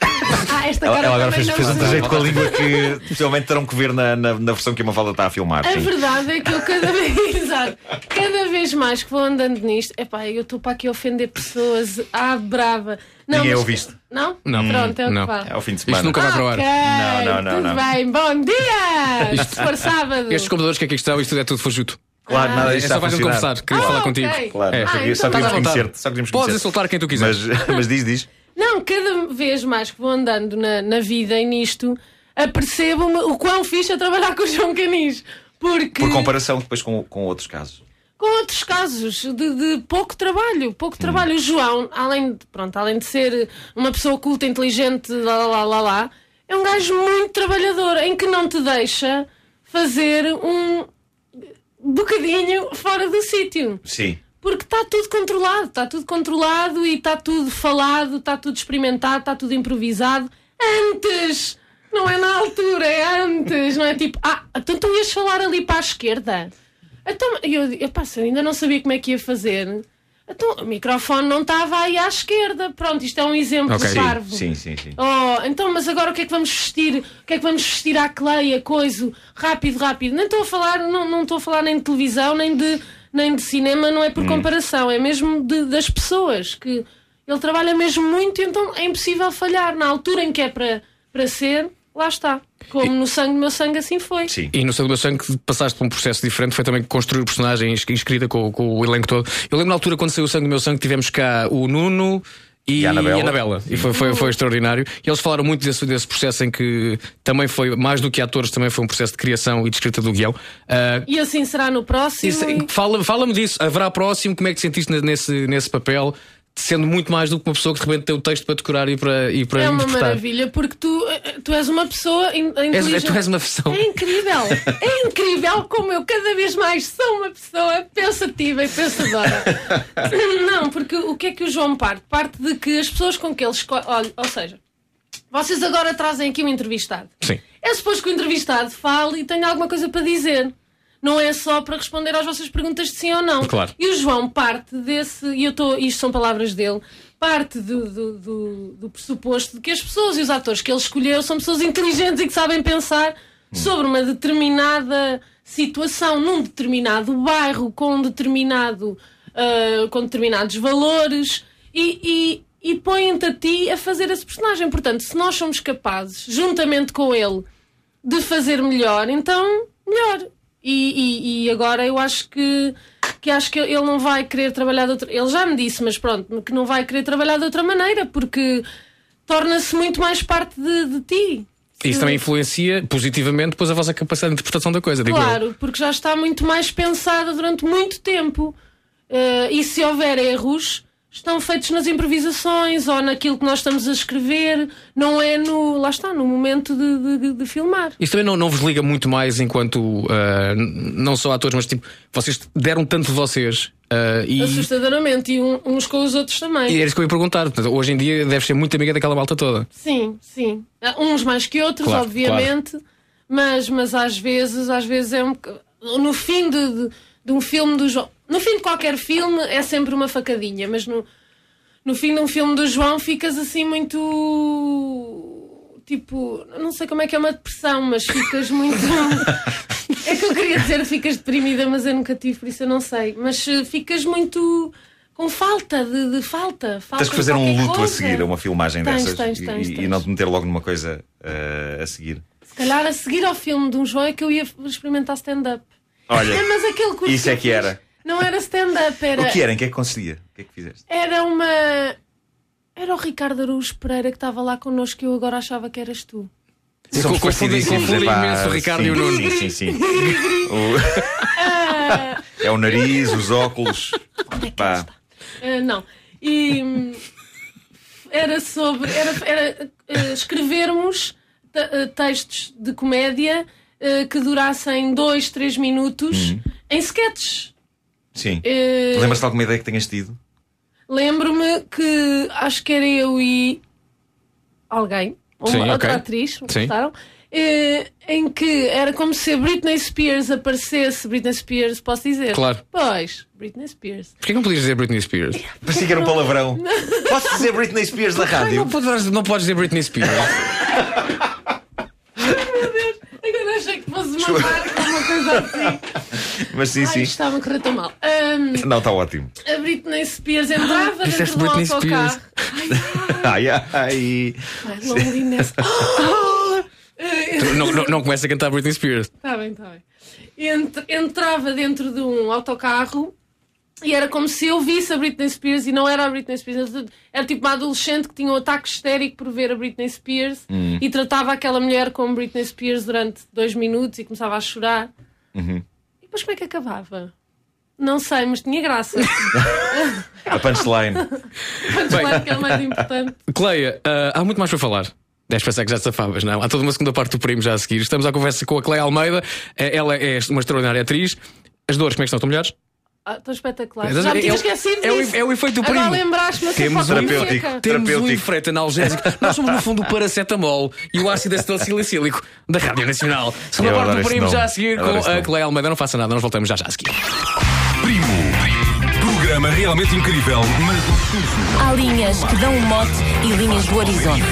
[SPEAKER 3] Ah,
[SPEAKER 4] Hum.
[SPEAKER 3] esta
[SPEAKER 4] Ela,
[SPEAKER 3] cara
[SPEAKER 4] ela agora
[SPEAKER 3] também
[SPEAKER 4] fez,
[SPEAKER 3] não
[SPEAKER 4] fez um
[SPEAKER 3] me-
[SPEAKER 4] trajeto com a língua que [LAUGHS] possivelmente terão que ver na, na, na versão que a Mafalda está a filmar.
[SPEAKER 3] A
[SPEAKER 4] sim.
[SPEAKER 3] verdade é que eu cada [LAUGHS] vez, exato, cada vez mais que vou andando nisto, epá, eu estou para aqui ofender pessoas à brava. Não,
[SPEAKER 4] Ninguém
[SPEAKER 3] mas-
[SPEAKER 4] ouviste.
[SPEAKER 3] Não?
[SPEAKER 2] Não.
[SPEAKER 3] Pronto, é o
[SPEAKER 2] Não.
[SPEAKER 3] que vale.
[SPEAKER 4] É o fim de semana.
[SPEAKER 2] Isto nunca vai para o ar.
[SPEAKER 3] Ok,
[SPEAKER 4] Não, não, não, não.
[SPEAKER 3] Tudo bem, bom dia! Isto for sábado.
[SPEAKER 2] Estes computadores que aqui estão, isto é tudo fajuto.
[SPEAKER 4] Claro, nada
[SPEAKER 2] É
[SPEAKER 4] disto está
[SPEAKER 2] só
[SPEAKER 4] a
[SPEAKER 2] fazem
[SPEAKER 4] funcionar.
[SPEAKER 2] conversar, queria
[SPEAKER 3] Ah,
[SPEAKER 2] falar
[SPEAKER 3] ok.
[SPEAKER 2] contigo.
[SPEAKER 4] Claro, tá
[SPEAKER 2] É.
[SPEAKER 4] só queríamos- só
[SPEAKER 3] então
[SPEAKER 4] queríamos
[SPEAKER 3] estás à vontade.
[SPEAKER 4] conhecer-te. Só queríamos
[SPEAKER 2] Podes
[SPEAKER 4] conhecer-te.
[SPEAKER 2] insultar quem tu quiseres.
[SPEAKER 4] Mas, [LAUGHS] mas diz, diz.
[SPEAKER 3] Não, cada vez mais que vou andando na, na vida e nisto, apercebo-me o quão fixe é trabalhar com o João Canis. Porque
[SPEAKER 4] Por comparação depois com, com outros casos.
[SPEAKER 3] com outros casos de, de pouco trabalho, pouco trabalho. O João, além de, pronto, além de ser uma pessoa culta, inteligente, lá, lá, lá, lá, lá, é um gajo muito trabalhador, em que não te deixa fazer um bocadinho fora do sítio.
[SPEAKER 4] Sim.
[SPEAKER 3] Porque está tudo controlado, está tudo controlado e está tudo falado, está tudo experimentado, está tudo improvisado. Antes! Não é na altura, é antes, não é tipo, ah, então tu ias falar ali para a esquerda. Então, eu, eu, pá, se eu ainda não sabia como é que ia fazer. Então, o microfone não estava aí à esquerda. Pronto, isto é um exemplo
[SPEAKER 2] Ok.
[SPEAKER 3] de parvo.
[SPEAKER 4] Sim, sim, sim.
[SPEAKER 3] Oh, então, mas agora o que é que vamos vestir? O que é que vamos vestir à cleia? Coiso, rápido, rápido. Nem estou a falar, não, não estou a falar nem de televisão, nem de, nem de cinema, não é
[SPEAKER 2] Hum.
[SPEAKER 3] por comparação, é mesmo de- das pessoas que ele trabalha mesmo muito, então é impossível falhar. Na altura em que é para, para ser, lá está. Como no sangue do meu sangue, assim foi.
[SPEAKER 4] Sim.
[SPEAKER 2] E no Sangue do Meu Sangue que passaste por um processo diferente, foi também construir o personagem ins- inscrita com, com o elenco todo. Eu lembro na altura quando saiu o Sangue do Meu Sangue tivemos cá o Nuno e,
[SPEAKER 4] E a Anabela.
[SPEAKER 2] e E foi, foi, foi extraordinário. E eles falaram muito desse, desse processo em que também foi, mais do que atores, também foi um processo de criação e de escrita do guião. Ah,
[SPEAKER 3] E assim será no próximo. É
[SPEAKER 2] isso- é
[SPEAKER 3] e-
[SPEAKER 2] fala- Fala-me disso. Haverá próximo? Como é que te sentiste ne- nesse, nesse papel? Sendo muito mais do que uma pessoa que de repente tem o texto para decorar e para, e para
[SPEAKER 3] É uma
[SPEAKER 2] interpretar.
[SPEAKER 3] maravilha, porque tu, eh, tu és uma pessoa in-
[SPEAKER 2] És-
[SPEAKER 3] inteligente.
[SPEAKER 2] tu és uma pessoa.
[SPEAKER 3] É incrível. É incrível como eu cada vez mais sou uma pessoa pensativa e pensadora. Não, porque o que é que o João parte? Parte de que as pessoas com que ele escolhe. olha, Ou seja, vocês agora trazem aqui um entrevistado.
[SPEAKER 2] Sim.
[SPEAKER 3] É suposto que o entrevistado fale e tenha alguma coisa para dizer. Não é só para responder às vossas perguntas de sim ou não.
[SPEAKER 2] Claro.
[SPEAKER 3] E o João parte desse, e eu estou, isto são palavras dele, parte do, do, do- do pressuposto de que as pessoas e os atores que ele escolheu são pessoas inteligentes e que sabem pensar sobre uma determinada situação, num determinado bairro, com um determinado, ah, com determinados valores e, e, e põem-te a ti a fazer esse personagem. Portanto, se nós somos capazes, juntamente com ele, de fazer melhor, então melhor. E, e- e agora eu acho que, que acho que ele não vai querer trabalhar de outra Ele já me disse, mas pronto, que não vai querer trabalhar de outra maneira, porque torna-se muito mais parte de, de ti.
[SPEAKER 2] Isso
[SPEAKER 3] Se-
[SPEAKER 2] também influencia positivamente depois a vossa capacidade de interpretação da coisa, digo eu.
[SPEAKER 3] Claro, porque já está muito mais pensada durante muito tempo. Eh, e se houver erros, estão feitos nas improvisações ou naquilo que nós estamos a escrever, não é no. lá está, no momento de, de- de- de filmar.
[SPEAKER 2] Isso também não, não vos liga muito mais enquanto ah, n- não só atores, mas tipo, vocês deram tanto de vocês ah, e,
[SPEAKER 3] Assustadoramente, e um- uns com os outros também.
[SPEAKER 2] e era isso que eu ia perguntar. Portanto, hoje em dia deves ser muito amiga daquela malta toda.
[SPEAKER 3] Sim, sim. Ah, Uns mais que outros,
[SPEAKER 2] Claro,
[SPEAKER 3] obviamente, mas, mas às vezes, às vezes é um boc- no fim de, de, de um filme do João. No fim de qualquer filme é sempre uma facadinha, mas no, no fim de um filme do João ficas assim muito tipo, não sei como é que é uma depressão, mas
[SPEAKER 4] [LAUGHS]
[SPEAKER 3] ficas muito. é que eu queria dizer ficas deprimida, mas eu nunca tive, por isso eu não sei. Mas eh, ficas muito com falta de, de falta, falta.
[SPEAKER 4] Tens que fazer
[SPEAKER 3] de
[SPEAKER 4] um
[SPEAKER 3] qualquer
[SPEAKER 4] luto a
[SPEAKER 3] coisa.
[SPEAKER 4] seguir a uma filmagem
[SPEAKER 3] Tens,
[SPEAKER 4] dessas
[SPEAKER 3] tens,
[SPEAKER 4] e-
[SPEAKER 3] tens,
[SPEAKER 4] e, e
[SPEAKER 3] tens.
[SPEAKER 4] não te meter logo numa coisa eh, a seguir.
[SPEAKER 3] Se calhar a seguir ao filme de um João é que eu ia experimentar stand-up.
[SPEAKER 4] Olha,
[SPEAKER 3] É, mas aquele curso
[SPEAKER 4] Isso é
[SPEAKER 3] eu
[SPEAKER 4] que
[SPEAKER 3] fiz
[SPEAKER 4] era.
[SPEAKER 3] Não era stand-up, era.
[SPEAKER 4] o que era? Em que é que conseguia? O que é que fizeste?
[SPEAKER 3] Era uma. Era o Ricardo Araújo Pereira que estava lá connosco que eu agora achava que eras tu.
[SPEAKER 2] Somos
[SPEAKER 4] fastidíssimos,
[SPEAKER 2] confundem
[SPEAKER 4] epá,
[SPEAKER 2] imenso o Ricardo
[SPEAKER 4] sim,
[SPEAKER 2] e o Nuno.
[SPEAKER 4] Sim, sim, sim. O- [LAUGHS] É o nariz, os óculos.
[SPEAKER 3] é
[SPEAKER 4] Pá.
[SPEAKER 3] Ah, não. E. hum, Era sobre. Era, era eh, escrevermos te- eh, textos de comédia eh, que durassem dois, três minutos
[SPEAKER 4] Uhum.
[SPEAKER 3] em sketches.
[SPEAKER 4] Sim.
[SPEAKER 3] Eh,
[SPEAKER 4] Lembras-te de alguma ideia que tenhas tido?
[SPEAKER 3] Lembro-me que acho que era eu e alguém, ou
[SPEAKER 2] Sim,
[SPEAKER 3] uma outra
[SPEAKER 2] ok.
[SPEAKER 3] atriz,
[SPEAKER 2] Sim.
[SPEAKER 3] gostaram, eh, em que era como se a Britney Spears aparecesse. Britney Spears, posso dizer?
[SPEAKER 2] Claro.
[SPEAKER 3] Pois, Britney Spears.
[SPEAKER 2] Porquê que não podias dizer Britney Spears?
[SPEAKER 4] Parecia que era um
[SPEAKER 3] [LAUGHS]
[SPEAKER 4] palavrão. Posso dizer Britney Spears na
[SPEAKER 2] Ai, não,
[SPEAKER 4] rádio?
[SPEAKER 2] podes, não podes dizer Britney
[SPEAKER 3] [LAUGHS]
[SPEAKER 2] Spears.
[SPEAKER 3] Meu Deus, agora achei que fosse uma marca, uma
[SPEAKER 2] [LAUGHS]
[SPEAKER 3] coisa assim.
[SPEAKER 4] Mas sim,
[SPEAKER 3] Ai,
[SPEAKER 4] sim.
[SPEAKER 3] estava a correr tão mal. Ahm,
[SPEAKER 4] Não, está ótimo.
[SPEAKER 3] a Britney Spears
[SPEAKER 2] [GASPS]
[SPEAKER 3] entrava
[SPEAKER 2] Disseste
[SPEAKER 3] dentro do
[SPEAKER 2] Britney
[SPEAKER 3] autocarro.
[SPEAKER 2] Spears.
[SPEAKER 3] Ai,
[SPEAKER 4] Ai, ai.
[SPEAKER 3] ai,
[SPEAKER 2] [LAUGHS]
[SPEAKER 3] loneliness. Ah! Eh,
[SPEAKER 2] não, não, não começa a cantar Britney Spears.
[SPEAKER 3] Está Tá bem, está bem. Ent- entrava dentro de um autocarro e era como se eu visse a Britney Spears e não era a Britney Spears. Era- Era tipo uma adolescente que tinha um ataque histérico por ver a Britney Spears
[SPEAKER 2] Hum.
[SPEAKER 3] e tratava aquela mulher como Britney Spears durante dois minutos e começava a chorar.
[SPEAKER 2] Uhum.
[SPEAKER 3] E depois como é que acabava? Não sei, mas
[SPEAKER 2] [LAUGHS]
[SPEAKER 3] tinha graça.
[SPEAKER 4] A punchline.
[SPEAKER 3] Antes
[SPEAKER 2] Bem.
[SPEAKER 3] claro que é o mais importante.
[SPEAKER 2] Cleia, ah, há muito mais para falar. Deves pensar que já te safavas, não? é? Há toda uma segunda parte do primo já a seguir. Estamos à conversa com a Cleia Almeida. Eh, Ela é uma extraordinária atriz. As dores, como é que estão? Estão melhores?
[SPEAKER 3] Ah, Estou espetacular.
[SPEAKER 2] Mas
[SPEAKER 3] Já me
[SPEAKER 2] é
[SPEAKER 3] tinha
[SPEAKER 2] o-
[SPEAKER 3] esquecido
[SPEAKER 2] é o-
[SPEAKER 3] disso.
[SPEAKER 2] é o efeito do
[SPEAKER 3] Agora
[SPEAKER 2] primo.
[SPEAKER 3] lembraste-me eu sou
[SPEAKER 2] Temos um
[SPEAKER 3] foca seca.
[SPEAKER 4] terapêutico.
[SPEAKER 2] Temos um
[SPEAKER 4] Terapêutico.
[SPEAKER 2] infrete
[SPEAKER 5] [LAUGHS]
[SPEAKER 2] analgésico. Nós somos, no fundo, o paracetamol e o ácido acetocilicílico da Rádio Nacional. Segunda
[SPEAKER 4] Eu
[SPEAKER 5] É
[SPEAKER 2] parte
[SPEAKER 4] adoro
[SPEAKER 2] do
[SPEAKER 4] esse
[SPEAKER 2] primo
[SPEAKER 4] nome.
[SPEAKER 2] já a seguir
[SPEAKER 4] Adoro
[SPEAKER 2] com
[SPEAKER 4] esse
[SPEAKER 2] a
[SPEAKER 4] nome.
[SPEAKER 2] Cleia Almeida. Não faça nada, nós voltamos já já a seguir.
[SPEAKER 1] Primo. Programa realmente incrível, mas obtuso.
[SPEAKER 6] Há linhas que dão um mote e linhas do horizonte.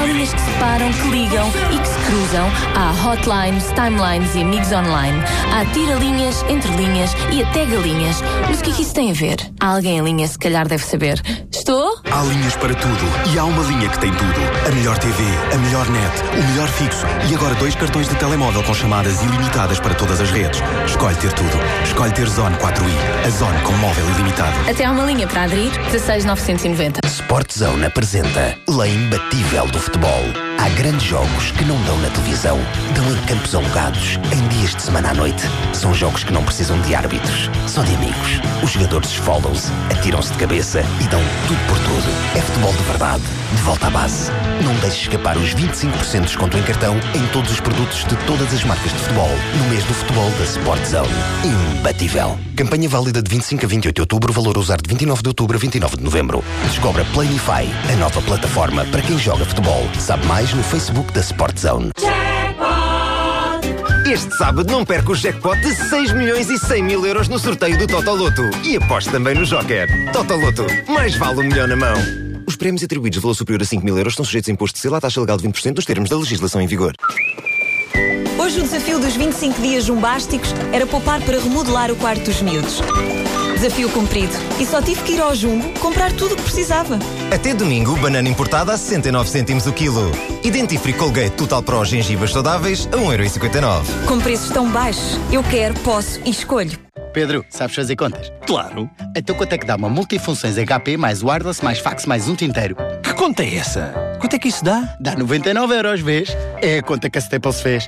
[SPEAKER 6] Há linhas que separam, que ligam e que se cruzam. Há hotlines, timelines e amigos online. Há tira-linhas, entre-linhas e até galinhas. Mas o que é que isso tem a ver? Há alguém em linha, se calhar deve saber. Estou?
[SPEAKER 7] Há linhas para tudo e há uma linha que tem tudo. A melhor TV, a melhor net, o melhor fixo e agora dois cartões de telemóvel com chamadas ilimitadas para todas as redes. Escolhe ter tudo. Escolhe ter Zone 4i. A Zone com móvel ilimitado.
[SPEAKER 6] Até há uma linha para aderir. 16990.
[SPEAKER 5] Sportzone apresenta Lei Imbatível do Futebol. Há grandes jogos que não dão na televisão, dão em campos alongados, em dias de semana à noite. São jogos que não precisam de árbitros, só de amigos. Os jogadores esfolam-se, atiram-se de cabeça e dão tudo por tudo. É futebol de verdade, de volta à base. Não deixes escapar os 25% de desconto em cartão em todos os produtos de todas as marcas de futebol no mês do futebol da Sportzone. Imbatível. Campanha válida de 25 a 28 de outubro, valor a usar de 29 de outubro a 29 de novembro. Descobra Planify, a nova plataforma para quem joga futebol. Sabe mais no Facebook da Sportzone.
[SPEAKER 8] Este sábado não perca o jackpot de 6 milhões e 100 mil euros no sorteio do Totoloto. E aposte também no Joker. Totoloto, mais vale um milhão na mão. Os prémios atribuídos de valor superior a 5 mil euros estão sujeitos a imposto de selo à taxa legal de 20% nos termos da legislação em vigor.
[SPEAKER 9] Hoje o desafio dos 25 dias jumbásticos era poupar para remodelar o quarto dos miúdos. Desafio cumprido. E só tive que ir ao Jumbo comprar tudo o que precisava.
[SPEAKER 8] Até domingo, banana importada a 69 cêntimos o quilo. Identifre Colgate Total Pro Gengivas Saudáveis a 1,59€.
[SPEAKER 9] Com preços tão baixos, eu quero, posso e escolho.
[SPEAKER 10] Pedro, sabes fazer contas?
[SPEAKER 5] Claro!
[SPEAKER 10] Então quanto é que dá uma multifunções HP mais wireless mais fax mais um tinteiro?
[SPEAKER 5] Que conta é essa? Quanto é que isso dá?
[SPEAKER 10] Dá 99 euros, vês? É a conta que a Staples fez.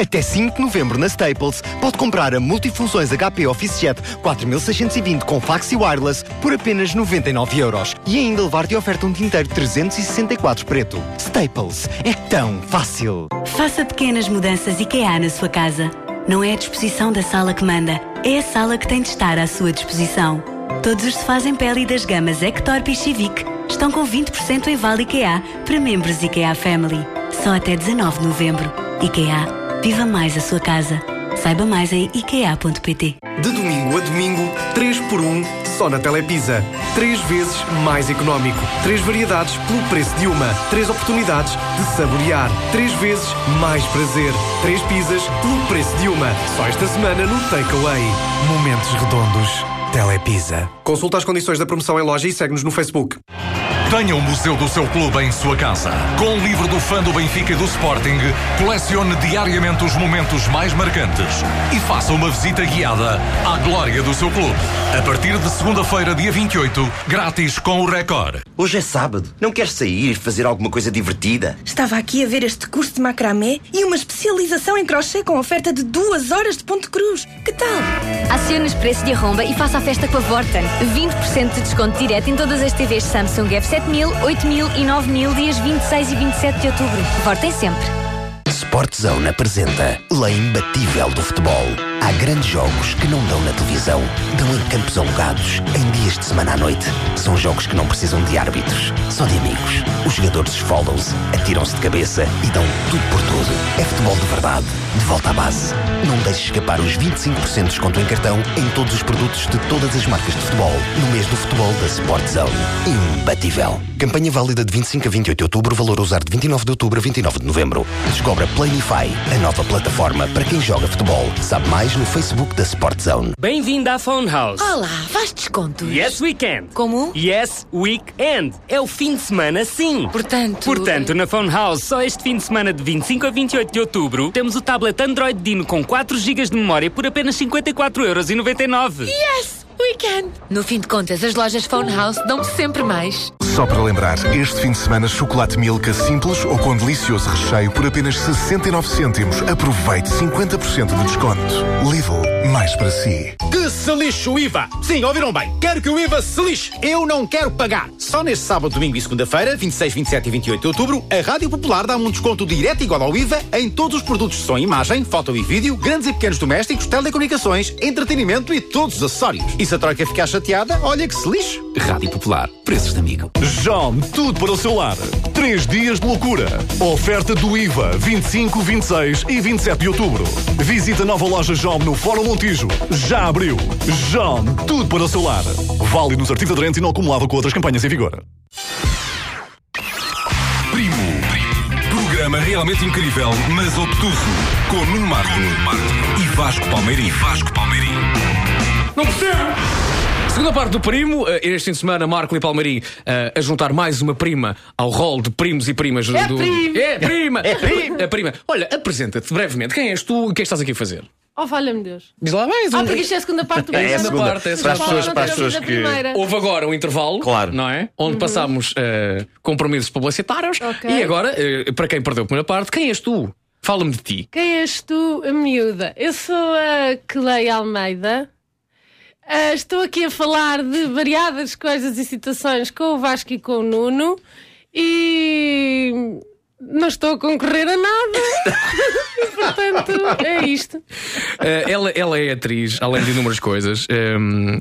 [SPEAKER 8] Até 5 de novembro na Staples, pode comprar a multifunções HP Office Jet 4620 com fax e wireless por apenas 99 euros. E ainda levar de oferta um tinteiro 364 preto. Staples, é tão fácil!
[SPEAKER 11] Faça pequenas mudanças IKEA na sua casa. Não é a disposição da sala que manda, é a sala que tem de estar à sua disposição. Todos os sofás em pele das gamas Ectorp e Chivic estão com 20% em vale IKEA para membros IKEA Family. Só até 19 de novembro. IKEA, viva mais a sua casa. Saiba mais em ikea.pt.
[SPEAKER 7] De domingo a domingo, 3 por 1 só na Telepisa. 3 vezes mais económico. 3 variedades pelo preço de uma. 3 oportunidades de saborear. 3 vezes mais prazer. 3 pizzas pelo preço de uma. Só esta semana no Takeaway. Momentos redondos. Telepisa. Consulta as condições da promoção em loja e segue-nos no Facebook.
[SPEAKER 1] Tenha o museu do seu clube em sua casa. Com o livro do fã do Benfica e do Sporting, colecione diariamente os momentos mais marcantes e faça uma visita guiada à glória do seu clube. A partir de segunda-feira, dia 28, grátis com o Record.
[SPEAKER 5] Hoje é sábado. Não queres sair e fazer alguma coisa divertida?
[SPEAKER 9] Estava aqui a ver este curso de macramé e uma especialização em crochê com oferta de duas horas de ponto cruz. Que tal?
[SPEAKER 12] É
[SPEAKER 11] Acione os preços de arromba e faça a festa com a Vorten. 20% de desconto direto em todas as TVs Samsung F7000, 8000 e 9000 dias 26 e 27 de outubro. Vortem sempre.
[SPEAKER 5] Sportzone apresenta Lei Imbatível do Futebol. Há grandes jogos que não dão na televisão, dão em campos alongados, em dias de semana à noite. São jogos que não precisam de árbitros, só de amigos. Os jogadores esfolam-se, atiram-se de cabeça e dão tudo por tudo. É futebol de verdade, de volta à base. Não deixes escapar os 25% de desconto em cartão em todos os produtos de todas as marcas de futebol, no mês do futebol da Sport Zone. Imbatível. Campanha válida de 25 a 28 de outubro, valor a usar de 29 de outubro a 29 de novembro. Descobre a Planify, a nova plataforma para quem joga futebol. Sabe mais no Facebook da Sport Zone.
[SPEAKER 13] Bem-vindo à Phone House.
[SPEAKER 14] Olá, faz descontos?
[SPEAKER 5] é
[SPEAKER 13] Yes, we can.
[SPEAKER 14] Como?
[SPEAKER 13] Yes, weekend. É o fim de semana, sim.
[SPEAKER 14] Portanto.
[SPEAKER 13] Portanto, na Phone House, só este fim de semana de 25 a 28 de outubro, temos o tablet Android Dino com 4 GB de memória por apenas 54,99€.
[SPEAKER 14] Yes! Weekend. No fim de contas, as lojas Phone House dão sempre mais.
[SPEAKER 15] Só para lembrar, este fim de semana chocolate Milka simples ou com delicioso recheio por apenas 69 cêntimos. Aproveite 50% de desconto. Lidl, mais para si.
[SPEAKER 16] Que se lixe o IVA! Sim, ouviram bem. Quero que o IVA se lixe. Eu não quero pagar. Só neste sábado, domingo e segunda-feira, 26, 27 e 28 de outubro, a Rádio Popular dá-me um desconto direto igual ao IVA em todos os produtos de som, imagem, foto e vídeo, grandes e pequenos domésticos, telecomunicações, entretenimento e todos os acessórios. E se a troca ficar chateada, olha que se lixe.
[SPEAKER 17] Rádio Popular. Preços de amigo.
[SPEAKER 18] JOM, tudo para o seu lar. Três dias de loucura. Oferta do IVA, 25, 26 e 27 de outubro. Visita a nova loja JOM no Fórum Montijo. Já abriu. JOM, tudo para o seu lar. Vale nos artigos aderentes e não acumulado com outras campanhas em vigor.
[SPEAKER 1] Primo. Programa realmente incrível, mas obtuso. Com Nuno Marco, e Vasco Palmeirim. Vasco Palmeirim.
[SPEAKER 2] Não percebo! Segunda parte do Primo, eh, este fim de semana, Marco e Palmarim eh, a juntar mais uma prima ao rol de primos e primas do.
[SPEAKER 12] É
[SPEAKER 2] do-
[SPEAKER 12] primo.
[SPEAKER 2] É prima!
[SPEAKER 12] É primo.
[SPEAKER 2] A prima! Olha, apresenta-te brevemente. Quem és tu e o que é que estás aqui a fazer?
[SPEAKER 3] Oh, valha-me Deus.
[SPEAKER 2] Diz lá mais
[SPEAKER 3] Ah,
[SPEAKER 2] um-
[SPEAKER 3] porque isto é a segunda parte do programa.
[SPEAKER 2] segunda
[SPEAKER 3] Fala, não teremos a primeira.
[SPEAKER 2] Houve agora um intervalo, claro. não é? Onde
[SPEAKER 3] é- Uhum.
[SPEAKER 2] passámos eh, compromissos publicitários.
[SPEAKER 3] Ok.
[SPEAKER 2] E agora, eh, para quem perdeu a primeira parte, quem és tu? Fala-me de ti.
[SPEAKER 3] Quem és tu, a miúda? Eu sou a Clay Almeida. Ah, estou aqui a falar de variadas coisas e situações com o Vasco e com o Nuno. E não estou a concorrer a nada. [LAUGHS] E, Portanto, é isto.
[SPEAKER 2] Eh, ela, ela é atriz, além de inúmeras coisas. ehm,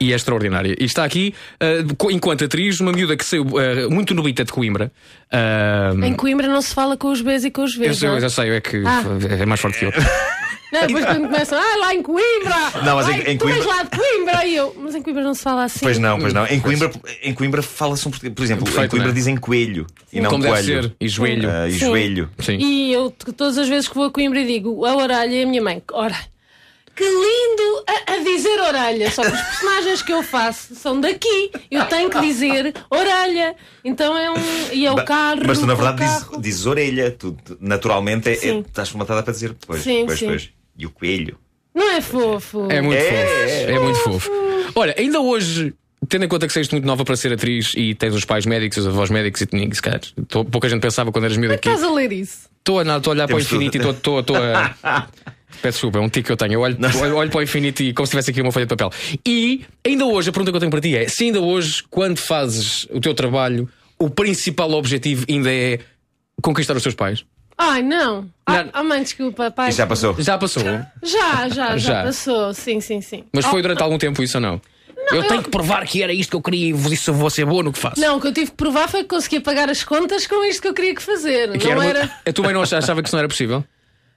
[SPEAKER 2] e é extraordinária. E está aqui, eh, co- enquanto atriz, uma miúda que saiu eh, muito nobita de Coimbra. Ehm,
[SPEAKER 3] Em Coimbra não se fala com os Bs e com os Vs.
[SPEAKER 2] eu, sei,
[SPEAKER 3] não
[SPEAKER 2] eu
[SPEAKER 3] é?
[SPEAKER 2] já sei, é que
[SPEAKER 3] Ah.
[SPEAKER 2] é mais forte que eu.
[SPEAKER 3] Não, depois quando começam, ah, lá em Coimbra!
[SPEAKER 4] Não, mas em-
[SPEAKER 3] Ai,
[SPEAKER 4] em
[SPEAKER 3] tu és
[SPEAKER 4] Coimbra-
[SPEAKER 3] lá de Coimbra! E eu, mas em Coimbra não se fala assim.
[SPEAKER 4] Pois não, pois não. Em Coimbra, em Coimbra fala-se um português. Por exemplo, em
[SPEAKER 2] Perfeito,
[SPEAKER 4] Coimbra
[SPEAKER 2] não é?
[SPEAKER 4] dizem coelho e não
[SPEAKER 2] Como deve
[SPEAKER 4] coelho.
[SPEAKER 2] ser. E joelho.
[SPEAKER 4] Ah, e
[SPEAKER 3] Sim.
[SPEAKER 4] joelho.
[SPEAKER 3] E eu, t- todas as vezes que vou a Coimbra, digo a orelha e a minha mãe, ora, que lindo a, a dizer orelha. Só que os personagens que eu faço são daqui. Eu tenho que dizer orelha. Então é um. E é o
[SPEAKER 4] Ba-
[SPEAKER 3] carro.
[SPEAKER 4] Mas tu na
[SPEAKER 3] o
[SPEAKER 4] verdade
[SPEAKER 3] carro.
[SPEAKER 4] dizes, dizes orelha, tu tu- naturalmente é, é,
[SPEAKER 3] Sim.
[SPEAKER 4] estás formatada para dizer pois,
[SPEAKER 3] Sim,
[SPEAKER 4] pois,
[SPEAKER 3] sim.
[SPEAKER 4] pois. E o coelho.
[SPEAKER 3] Não é fofo.
[SPEAKER 2] É muito
[SPEAKER 4] É,
[SPEAKER 2] fofo.
[SPEAKER 4] é.
[SPEAKER 2] É muito fofo. Olha, ainda hoje. Tendo em conta que saíste muito nova para ser atriz e tens os pais médicos, os avós médicos e ninguém, se calhar, tô- pouca gente pensava quando eras miúda que
[SPEAKER 3] Estás a ler isso?
[SPEAKER 2] estou a, não, tô a olhar para o
[SPEAKER 4] Temos tudo.
[SPEAKER 2] infinito e estou estou a.
[SPEAKER 4] [LAUGHS]
[SPEAKER 2] Peço desculpa, é um tique que eu tenho. Eu olho, olho, olho para o infinito e como se tivesse aqui uma folha de papel. E ainda hoje, a pergunta que eu tenho para ti é: se ainda hoje, quando fazes o teu trabalho, o principal objetivo ainda é conquistar os teus pais?
[SPEAKER 3] Ai, não. Ah, ah, mãe, desculpa, pai.
[SPEAKER 2] Isso Já passou.
[SPEAKER 3] Já,
[SPEAKER 2] [LAUGHS]
[SPEAKER 3] já, já,
[SPEAKER 2] Já.
[SPEAKER 3] passou. Sim, sim, sim.
[SPEAKER 2] Mas foi
[SPEAKER 3] Oh,
[SPEAKER 2] durante algum tempo isso ou não? eu tenho que provar que era isto que eu queria e vos- isso eu vou ser bom no que faço.
[SPEAKER 3] Não, o que eu tive que provar foi que conseguia pagar as contas com isto que eu queria que fazer.
[SPEAKER 2] Que
[SPEAKER 3] não
[SPEAKER 2] era
[SPEAKER 3] era.
[SPEAKER 2] muito- A tua mãe não achava, achava que isso não era possível?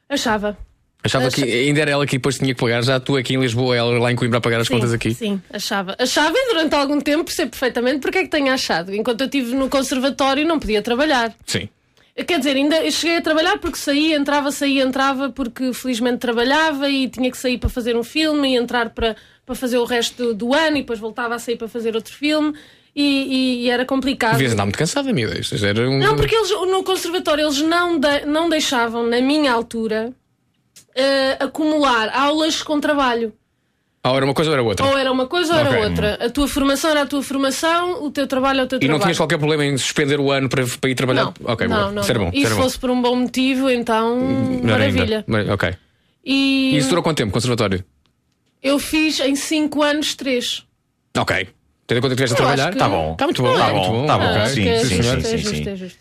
[SPEAKER 3] Achava.
[SPEAKER 2] Achava que ainda era ela que depois tinha que pagar, já tu aqui em Lisboa, ela lá em Coimbra a pagar as
[SPEAKER 3] Sim,
[SPEAKER 2] contas aqui.
[SPEAKER 3] Sim, achava. Achava e durante algum tempo percebo perfeitamente porque é que tenho achado. Enquanto eu estive no conservatório não podia trabalhar.
[SPEAKER 2] Sim.
[SPEAKER 3] Quer dizer, ainda eu cheguei a trabalhar porque saía, entrava, saía, entrava, porque felizmente trabalhava e tinha que sair para fazer um filme e entrar para, para fazer o resto do, do ano e depois voltava a sair para fazer outro filme e, e- e era complicado.
[SPEAKER 2] Devias andar muito cansada, miúda. Isto era um.
[SPEAKER 3] Não, porque eles no conservatório eles não, de- não deixavam, na minha altura, eh, acumular aulas com trabalho.
[SPEAKER 2] Ou era Ah, uma coisa ou era outra.
[SPEAKER 3] Ou era uma coisa ou era
[SPEAKER 2] Ok.
[SPEAKER 3] outra. A tua formação era a tua formação, o teu trabalho é o teu
[SPEAKER 2] E não
[SPEAKER 3] trabalho.
[SPEAKER 2] tinhas qualquer problema em suspender o ano para, para ir trabalhar?
[SPEAKER 3] Não,
[SPEAKER 2] ok,
[SPEAKER 3] não,
[SPEAKER 2] boa.
[SPEAKER 3] não.
[SPEAKER 2] Isso era bom.
[SPEAKER 3] E
[SPEAKER 2] isso
[SPEAKER 3] se
[SPEAKER 2] era bom.
[SPEAKER 3] fosse por um bom motivo, então
[SPEAKER 2] Melhor ainda.
[SPEAKER 3] maravilha.
[SPEAKER 2] Mas- Ok.
[SPEAKER 3] E
[SPEAKER 2] E isso durou quanto tempo, conservatório?
[SPEAKER 3] eu fiz em 5 anos 3.
[SPEAKER 2] Ok. Tendo em conta que estiveste a
[SPEAKER 3] Eu acho
[SPEAKER 2] trabalhar?
[SPEAKER 3] que-
[SPEAKER 2] Tá bom. Está muito bom.
[SPEAKER 4] Tá
[SPEAKER 2] tá muito
[SPEAKER 4] bom, tá
[SPEAKER 3] Ah,
[SPEAKER 4] bom.
[SPEAKER 2] ok.
[SPEAKER 4] Sim,
[SPEAKER 3] é
[SPEAKER 4] sim,
[SPEAKER 2] senhor.
[SPEAKER 4] sim, sim.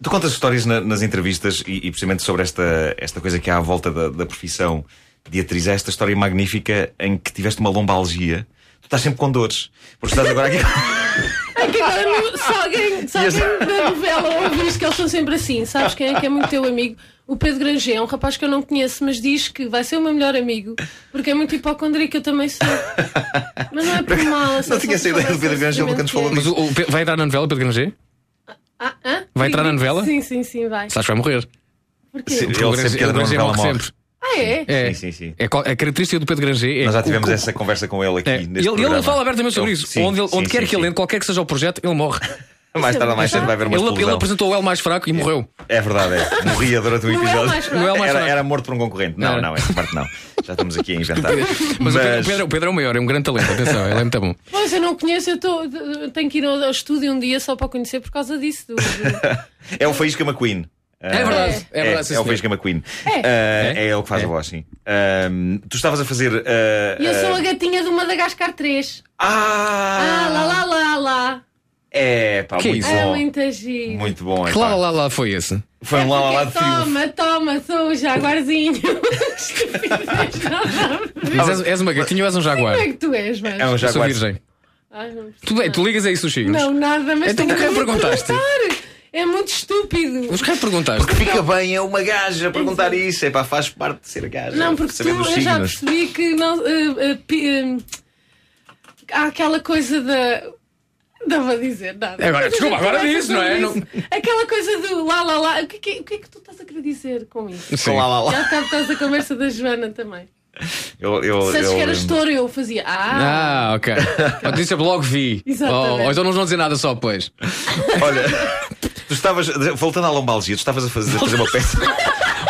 [SPEAKER 4] Tu contas histórias na- nas entrevistas e, e precisamente sobre esta, esta coisa que há à volta da, da profissão. Beatriz, há esta história magnífica em que tiveste uma lombalgia. Tu estás sempre com dores. Porque estás agora aqui.
[SPEAKER 3] É que agora no- se alguém, se
[SPEAKER 4] Yes.
[SPEAKER 3] alguém da novela ouvir isto, que eles são sempre assim, sabes quem é que é muito teu amigo? O Pedro Granger é um rapaz que eu não conheço, mas diz que vai ser o meu melhor amigo, porque é muito hipocondríaco, eu também sou. Mas não é por mal, é só
[SPEAKER 4] Não tinha essa
[SPEAKER 3] porque
[SPEAKER 4] ideia do Pedro
[SPEAKER 3] parece
[SPEAKER 4] Granger nunca nos falou
[SPEAKER 2] Mas
[SPEAKER 4] disso.
[SPEAKER 2] o- o Pe- vai entrar na novela, Pedro Granger?
[SPEAKER 3] Ah, hã?
[SPEAKER 2] Vai entrar na
[SPEAKER 3] Sim,
[SPEAKER 2] novela?
[SPEAKER 3] Sim, sim, sim, vai.
[SPEAKER 2] Sabes que vai morrer.
[SPEAKER 3] Porquê?
[SPEAKER 4] Sim,
[SPEAKER 2] Porque
[SPEAKER 4] ele
[SPEAKER 2] o
[SPEAKER 4] sempre
[SPEAKER 2] Granger-
[SPEAKER 4] que entra
[SPEAKER 2] o
[SPEAKER 4] na
[SPEAKER 2] Granger morre
[SPEAKER 4] novela morre.
[SPEAKER 2] é sempre.
[SPEAKER 3] Ah, é?
[SPEAKER 2] É,
[SPEAKER 4] Sim, sim, sim.
[SPEAKER 2] é qual- a característica do Pedro Granger é.
[SPEAKER 4] Nós já tivemos
[SPEAKER 2] o- o-
[SPEAKER 4] essa conversa com ele aqui.
[SPEAKER 2] é,
[SPEAKER 4] neste
[SPEAKER 2] ele, ele
[SPEAKER 4] programa.
[SPEAKER 2] fala abertamente sobre
[SPEAKER 4] Ele-
[SPEAKER 2] isso.
[SPEAKER 4] sim,
[SPEAKER 2] onde ele-
[SPEAKER 4] sim,
[SPEAKER 2] onde quer
[SPEAKER 4] sim,
[SPEAKER 2] que ele
[SPEAKER 4] sim.
[SPEAKER 2] entre, qualquer que seja o projeto, ele morre.
[SPEAKER 4] Mais tarde ou mais cedo vai haver uma
[SPEAKER 2] ele, ele
[SPEAKER 4] explosão.
[SPEAKER 2] apresentou o El mais fraco e morreu.
[SPEAKER 4] [LAUGHS] É verdade, é. Morria durante o
[SPEAKER 2] Não é o
[SPEAKER 4] episódio.
[SPEAKER 2] mais fraco. Não é o mais
[SPEAKER 4] era,
[SPEAKER 2] fraco.
[SPEAKER 4] era morto por um concorrente. Não,
[SPEAKER 2] Era.
[SPEAKER 4] não, essa parte não. Já estamos aqui a inventar.
[SPEAKER 2] Mas, o Pedro- O, Pedro, o Pedro é o maior, é um grande talento, atenção, ele é muito bom.
[SPEAKER 3] Pois eu não conheço, eu, tô, eu tenho que ir ao ao estúdio um dia só para o conhecer por causa disso. do- do-
[SPEAKER 4] É o Faísca McQueen.
[SPEAKER 3] É verdade,
[SPEAKER 2] é verdade, sim,
[SPEAKER 4] É, o
[SPEAKER 2] senhor.
[SPEAKER 4] Faísca McQueen.
[SPEAKER 3] É.
[SPEAKER 4] Uh, é ele que faz a voz, sim. Um, tu estavas a fazer. uh,
[SPEAKER 3] E eu sou
[SPEAKER 4] uh,
[SPEAKER 3] a gatinha do Madagascar 3. Ah, lá,
[SPEAKER 4] Ah!
[SPEAKER 3] lá, lá, lá.
[SPEAKER 4] É, pá,
[SPEAKER 2] Que
[SPEAKER 4] muito
[SPEAKER 2] isso?
[SPEAKER 3] É
[SPEAKER 4] bom.
[SPEAKER 3] muito giro.
[SPEAKER 4] Muito bom, é
[SPEAKER 2] Que lá,
[SPEAKER 4] pá.
[SPEAKER 2] lá, lá foi esse.
[SPEAKER 4] Foi um lá lá lá de filme.
[SPEAKER 3] é Toma, toma, sou o jaguarzinho. Estupidez, não, não.
[SPEAKER 2] Mas és, és uma gatinha ou és um jaguar?
[SPEAKER 3] Como é que tu és, mas?
[SPEAKER 2] Eu sou
[SPEAKER 4] um jaguar.
[SPEAKER 2] virgem.
[SPEAKER 3] Ai, não,
[SPEAKER 2] Tu, tu ligas a isso os signos?
[SPEAKER 3] não, nada, mas
[SPEAKER 2] Então
[SPEAKER 3] tenho
[SPEAKER 2] porquê
[SPEAKER 3] que me
[SPEAKER 2] perguntaste?
[SPEAKER 3] perguntar. É muito estúpido.
[SPEAKER 2] Mas que perguntaste?
[SPEAKER 4] Fica bem, é uma gaja perguntar isso. É pá, faz parte de ser
[SPEAKER 2] É,
[SPEAKER 4] gaja.
[SPEAKER 3] Não, porque tu,
[SPEAKER 4] saber dos
[SPEAKER 3] eu já
[SPEAKER 4] signos.
[SPEAKER 3] percebi que não. eh, eh, pi- eh, há aquela coisa da. Não vou dizer nada.
[SPEAKER 2] É, Agora, desculpa, agora
[SPEAKER 3] Conversa
[SPEAKER 2] diz, não é?
[SPEAKER 3] sobre isso. Aquela coisa do lá, lá, lá. O que, é que- o que é que tu estás a querer dizer com isso?
[SPEAKER 4] Sim. Lá, lá, lá.
[SPEAKER 3] Já está por causa da conversa da Joana também.
[SPEAKER 4] Eu, eu,
[SPEAKER 3] Se achas
[SPEAKER 4] eu
[SPEAKER 3] que eras
[SPEAKER 4] lembro.
[SPEAKER 3] touro, eu fazia. Ah!
[SPEAKER 2] Ah,
[SPEAKER 4] [LAUGHS]
[SPEAKER 2] ok. Ou tu disse logo vi.
[SPEAKER 3] Exatamente.
[SPEAKER 2] Ou, ou então não vão dizer nada só, pois.
[SPEAKER 4] Olha, [LAUGHS] tu estavas. Voltando à lombalgia, tu estavas a fazer, a fazer uma
[SPEAKER 2] [LAUGHS]
[SPEAKER 4] peça.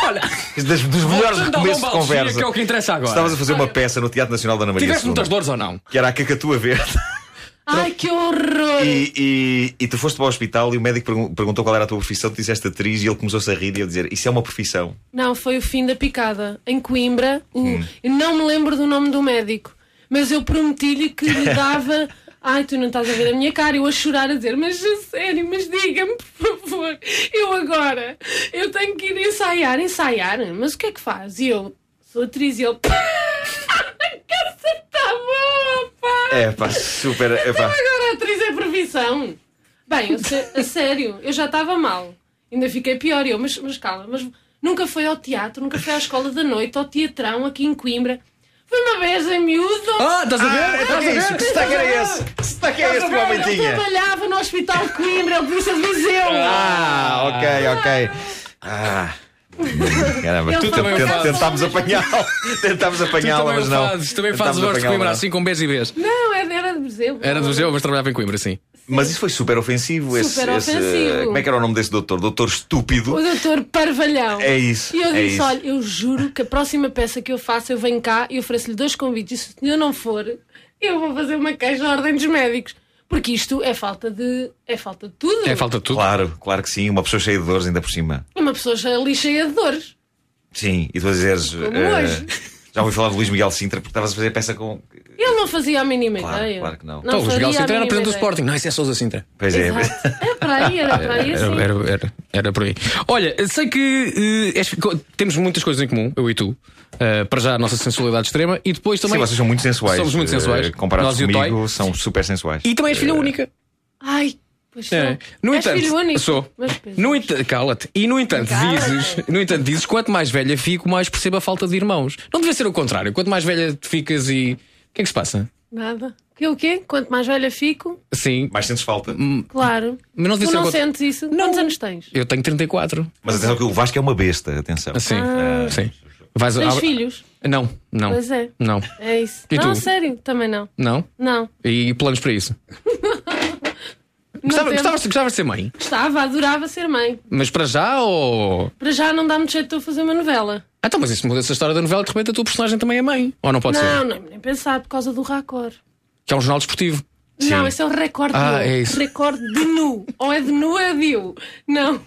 [SPEAKER 2] Olha,
[SPEAKER 4] Das- dos melhores
[SPEAKER 2] voltando à
[SPEAKER 4] recomeços de
[SPEAKER 2] lombalgia,
[SPEAKER 4] conversa.
[SPEAKER 2] que é o que interessa agora.
[SPEAKER 4] Estavas a fazer uma peça no Teatro Nacional da Ana Maria
[SPEAKER 2] Tiveste
[SPEAKER 4] II,
[SPEAKER 2] muitas dores ou não?
[SPEAKER 4] que era a cacatua
[SPEAKER 2] [LAUGHS]
[SPEAKER 4] verde.
[SPEAKER 2] Ah,
[SPEAKER 3] Ai, que horror!
[SPEAKER 4] E, e- e tu foste para o hospital e o médico pergun- perguntou qual era a tua profissão, tu disseste atriz e ele começou-se a rir e eu dizer: Isso é uma profissão.
[SPEAKER 3] Não, foi o fim da picada. Em Coimbra, o- eu não me lembro do nome do médico, mas eu prometi-lhe que lhe dava. Ai, tu não estás a ver a minha cara, eu a chorar, a dizer, mas a sério, mas diga-me, por favor, eu agora, eu tenho que ir ensaiar, ensaiar, mas o que é que faz? E eu, sou atriz, e ele, [LAUGHS] pá, que essa tá boa, pá!
[SPEAKER 4] É pá, super. É
[SPEAKER 3] Então
[SPEAKER 4] pá.
[SPEAKER 3] agora atriz é profissão. Bem, eu se- a sério, eu já estava mal. Ainda fiquei pior. E Eu, mas, mas cala, mas nunca foi ao teatro, nunca foi à escola da noite, ao teatrão aqui em Coimbra. Foi uma vez em miúdo.
[SPEAKER 2] Ah, estás a ver?
[SPEAKER 4] Ah, então que é isso? Que sotaque era esse? Que sotaque é este que o homem
[SPEAKER 3] Eu
[SPEAKER 4] tinha?
[SPEAKER 3] trabalhava no Hospital de Coimbra, ele disse a Viseu.
[SPEAKER 4] Ah, ok, ok. Ah. Caramba,
[SPEAKER 3] Ele
[SPEAKER 4] tu
[SPEAKER 3] também
[SPEAKER 4] tent-
[SPEAKER 3] faz.
[SPEAKER 4] tentámos apanhá-lo, tentámos apanhá-la,
[SPEAKER 2] também
[SPEAKER 4] mas
[SPEAKER 2] o
[SPEAKER 4] não.
[SPEAKER 2] fazes, também
[SPEAKER 4] Tentámos
[SPEAKER 2] fazes voz de
[SPEAKER 4] apanhá-la,
[SPEAKER 2] Coimbra
[SPEAKER 4] não.
[SPEAKER 2] assim com Bs e Bs.
[SPEAKER 3] Não, era, era de Viseu.
[SPEAKER 2] Era do Museu, mas trabalhava em Coimbra, sim.
[SPEAKER 4] Mas isso foi super ofensivo. esse-
[SPEAKER 3] Super
[SPEAKER 4] esse,
[SPEAKER 3] ofensivo.
[SPEAKER 4] como é que era o nome desse doutor? Doutor Estúpido.
[SPEAKER 3] O doutor Parvalhão.
[SPEAKER 4] É isso,
[SPEAKER 3] E eu
[SPEAKER 4] é
[SPEAKER 3] disse:
[SPEAKER 4] isso.
[SPEAKER 3] olha, eu juro que a próxima peça que eu faço, eu venho cá e ofereço-lhe dois convites. E se o senhor não for, eu vou fazer uma queixa à ordem dos médicos. Porque isto é falta de. é falta de tudo.
[SPEAKER 2] falta tudo.
[SPEAKER 4] Claro, claro que sim. Uma pessoa cheia de dores ainda por cima.
[SPEAKER 3] Uma pessoa já ali cheia de dores.
[SPEAKER 4] Sim, e tu a dizeres. eh,
[SPEAKER 3] hoje.
[SPEAKER 4] [LAUGHS] já ouvi falar de Luís Miguel Sintra porque estavas a fazer peça com.
[SPEAKER 3] Ele não fazia a mínima
[SPEAKER 4] Claro,
[SPEAKER 3] ideia.
[SPEAKER 4] claro que não.
[SPEAKER 2] Então, o Luís Miguel
[SPEAKER 3] fazia a
[SPEAKER 2] Sintra era
[SPEAKER 3] mínima
[SPEAKER 2] presidente do
[SPEAKER 3] ideia. [LAUGHS]
[SPEAKER 2] Sporting. Não, isso é Sousa Sintra.
[SPEAKER 4] Pois é, mas-
[SPEAKER 3] É para aí, era para aí assim.
[SPEAKER 2] Era, era, era, era por aí. Olha, sei que eh, és- co- temos muitas coisas em comum, eu e tu. Eh, para já a nossa sensualidade extrema e depois também.
[SPEAKER 4] [LAUGHS] Sim, vocês são muito sensuais.
[SPEAKER 2] Somos muito
[SPEAKER 4] eh,
[SPEAKER 2] sensuais.
[SPEAKER 4] Comparados
[SPEAKER 2] Nós e o Toy.
[SPEAKER 4] comigo, Eh, são super sensuais.
[SPEAKER 2] E também és filha única.
[SPEAKER 3] Ai, pois
[SPEAKER 2] É.
[SPEAKER 3] é.
[SPEAKER 2] No
[SPEAKER 3] És
[SPEAKER 2] entanto,
[SPEAKER 3] filho único.
[SPEAKER 2] sou.
[SPEAKER 3] Mas, pois,
[SPEAKER 2] No entanto, cala-te. E no entanto,
[SPEAKER 3] Cala-te.
[SPEAKER 2] dizes, no entanto, dizes, quanto mais velha fico, mais percebo a falta de irmãos. Não devia ser o contrário. Quanto mais velha tu ficas e. O que é que se passa?
[SPEAKER 3] Nada. Que o quê? Quanto mais velha fico,
[SPEAKER 2] Sim.
[SPEAKER 4] Mais sentes falta.
[SPEAKER 2] Hum.
[SPEAKER 3] claro.
[SPEAKER 2] Mas não devia
[SPEAKER 3] tu
[SPEAKER 2] ser
[SPEAKER 3] não
[SPEAKER 2] o contra-
[SPEAKER 3] sentes isso? Quantos anos tens?
[SPEAKER 2] Eu tenho 34.
[SPEAKER 4] Mas atenção que o Vasco é uma besta, atenção.
[SPEAKER 2] Sim.
[SPEAKER 3] Ah.
[SPEAKER 2] Assim, Sim. Vais
[SPEAKER 3] Tens
[SPEAKER 2] abre-
[SPEAKER 3] filhos?
[SPEAKER 2] Não, não.
[SPEAKER 3] Pois é.
[SPEAKER 2] Não.
[SPEAKER 3] É isso.
[SPEAKER 2] E
[SPEAKER 3] não,
[SPEAKER 2] tu?
[SPEAKER 3] sério, também não.
[SPEAKER 2] Não.
[SPEAKER 3] Não.
[SPEAKER 2] E planos para isso? Gostava,
[SPEAKER 3] temos.
[SPEAKER 2] gostavas, gostavas de ser mãe?
[SPEAKER 3] Gostava, adorava ser mãe.
[SPEAKER 2] Mas para já ou.
[SPEAKER 3] Para já não dá muito jeito de eu fazer uma novela.
[SPEAKER 2] Ah, então, mas isso muda-se a história da novela, de repente a tua personagem também é mãe. Ou não pode
[SPEAKER 3] não,
[SPEAKER 2] ser?
[SPEAKER 3] não, nem pensar, por causa do Racor.
[SPEAKER 2] Que é um jornal desportivo.
[SPEAKER 3] Não, esse é o recorde
[SPEAKER 2] Ah,
[SPEAKER 3] nu.
[SPEAKER 2] é isso.
[SPEAKER 3] Recorde de nu. Ou é de nu ou é de eu. Não.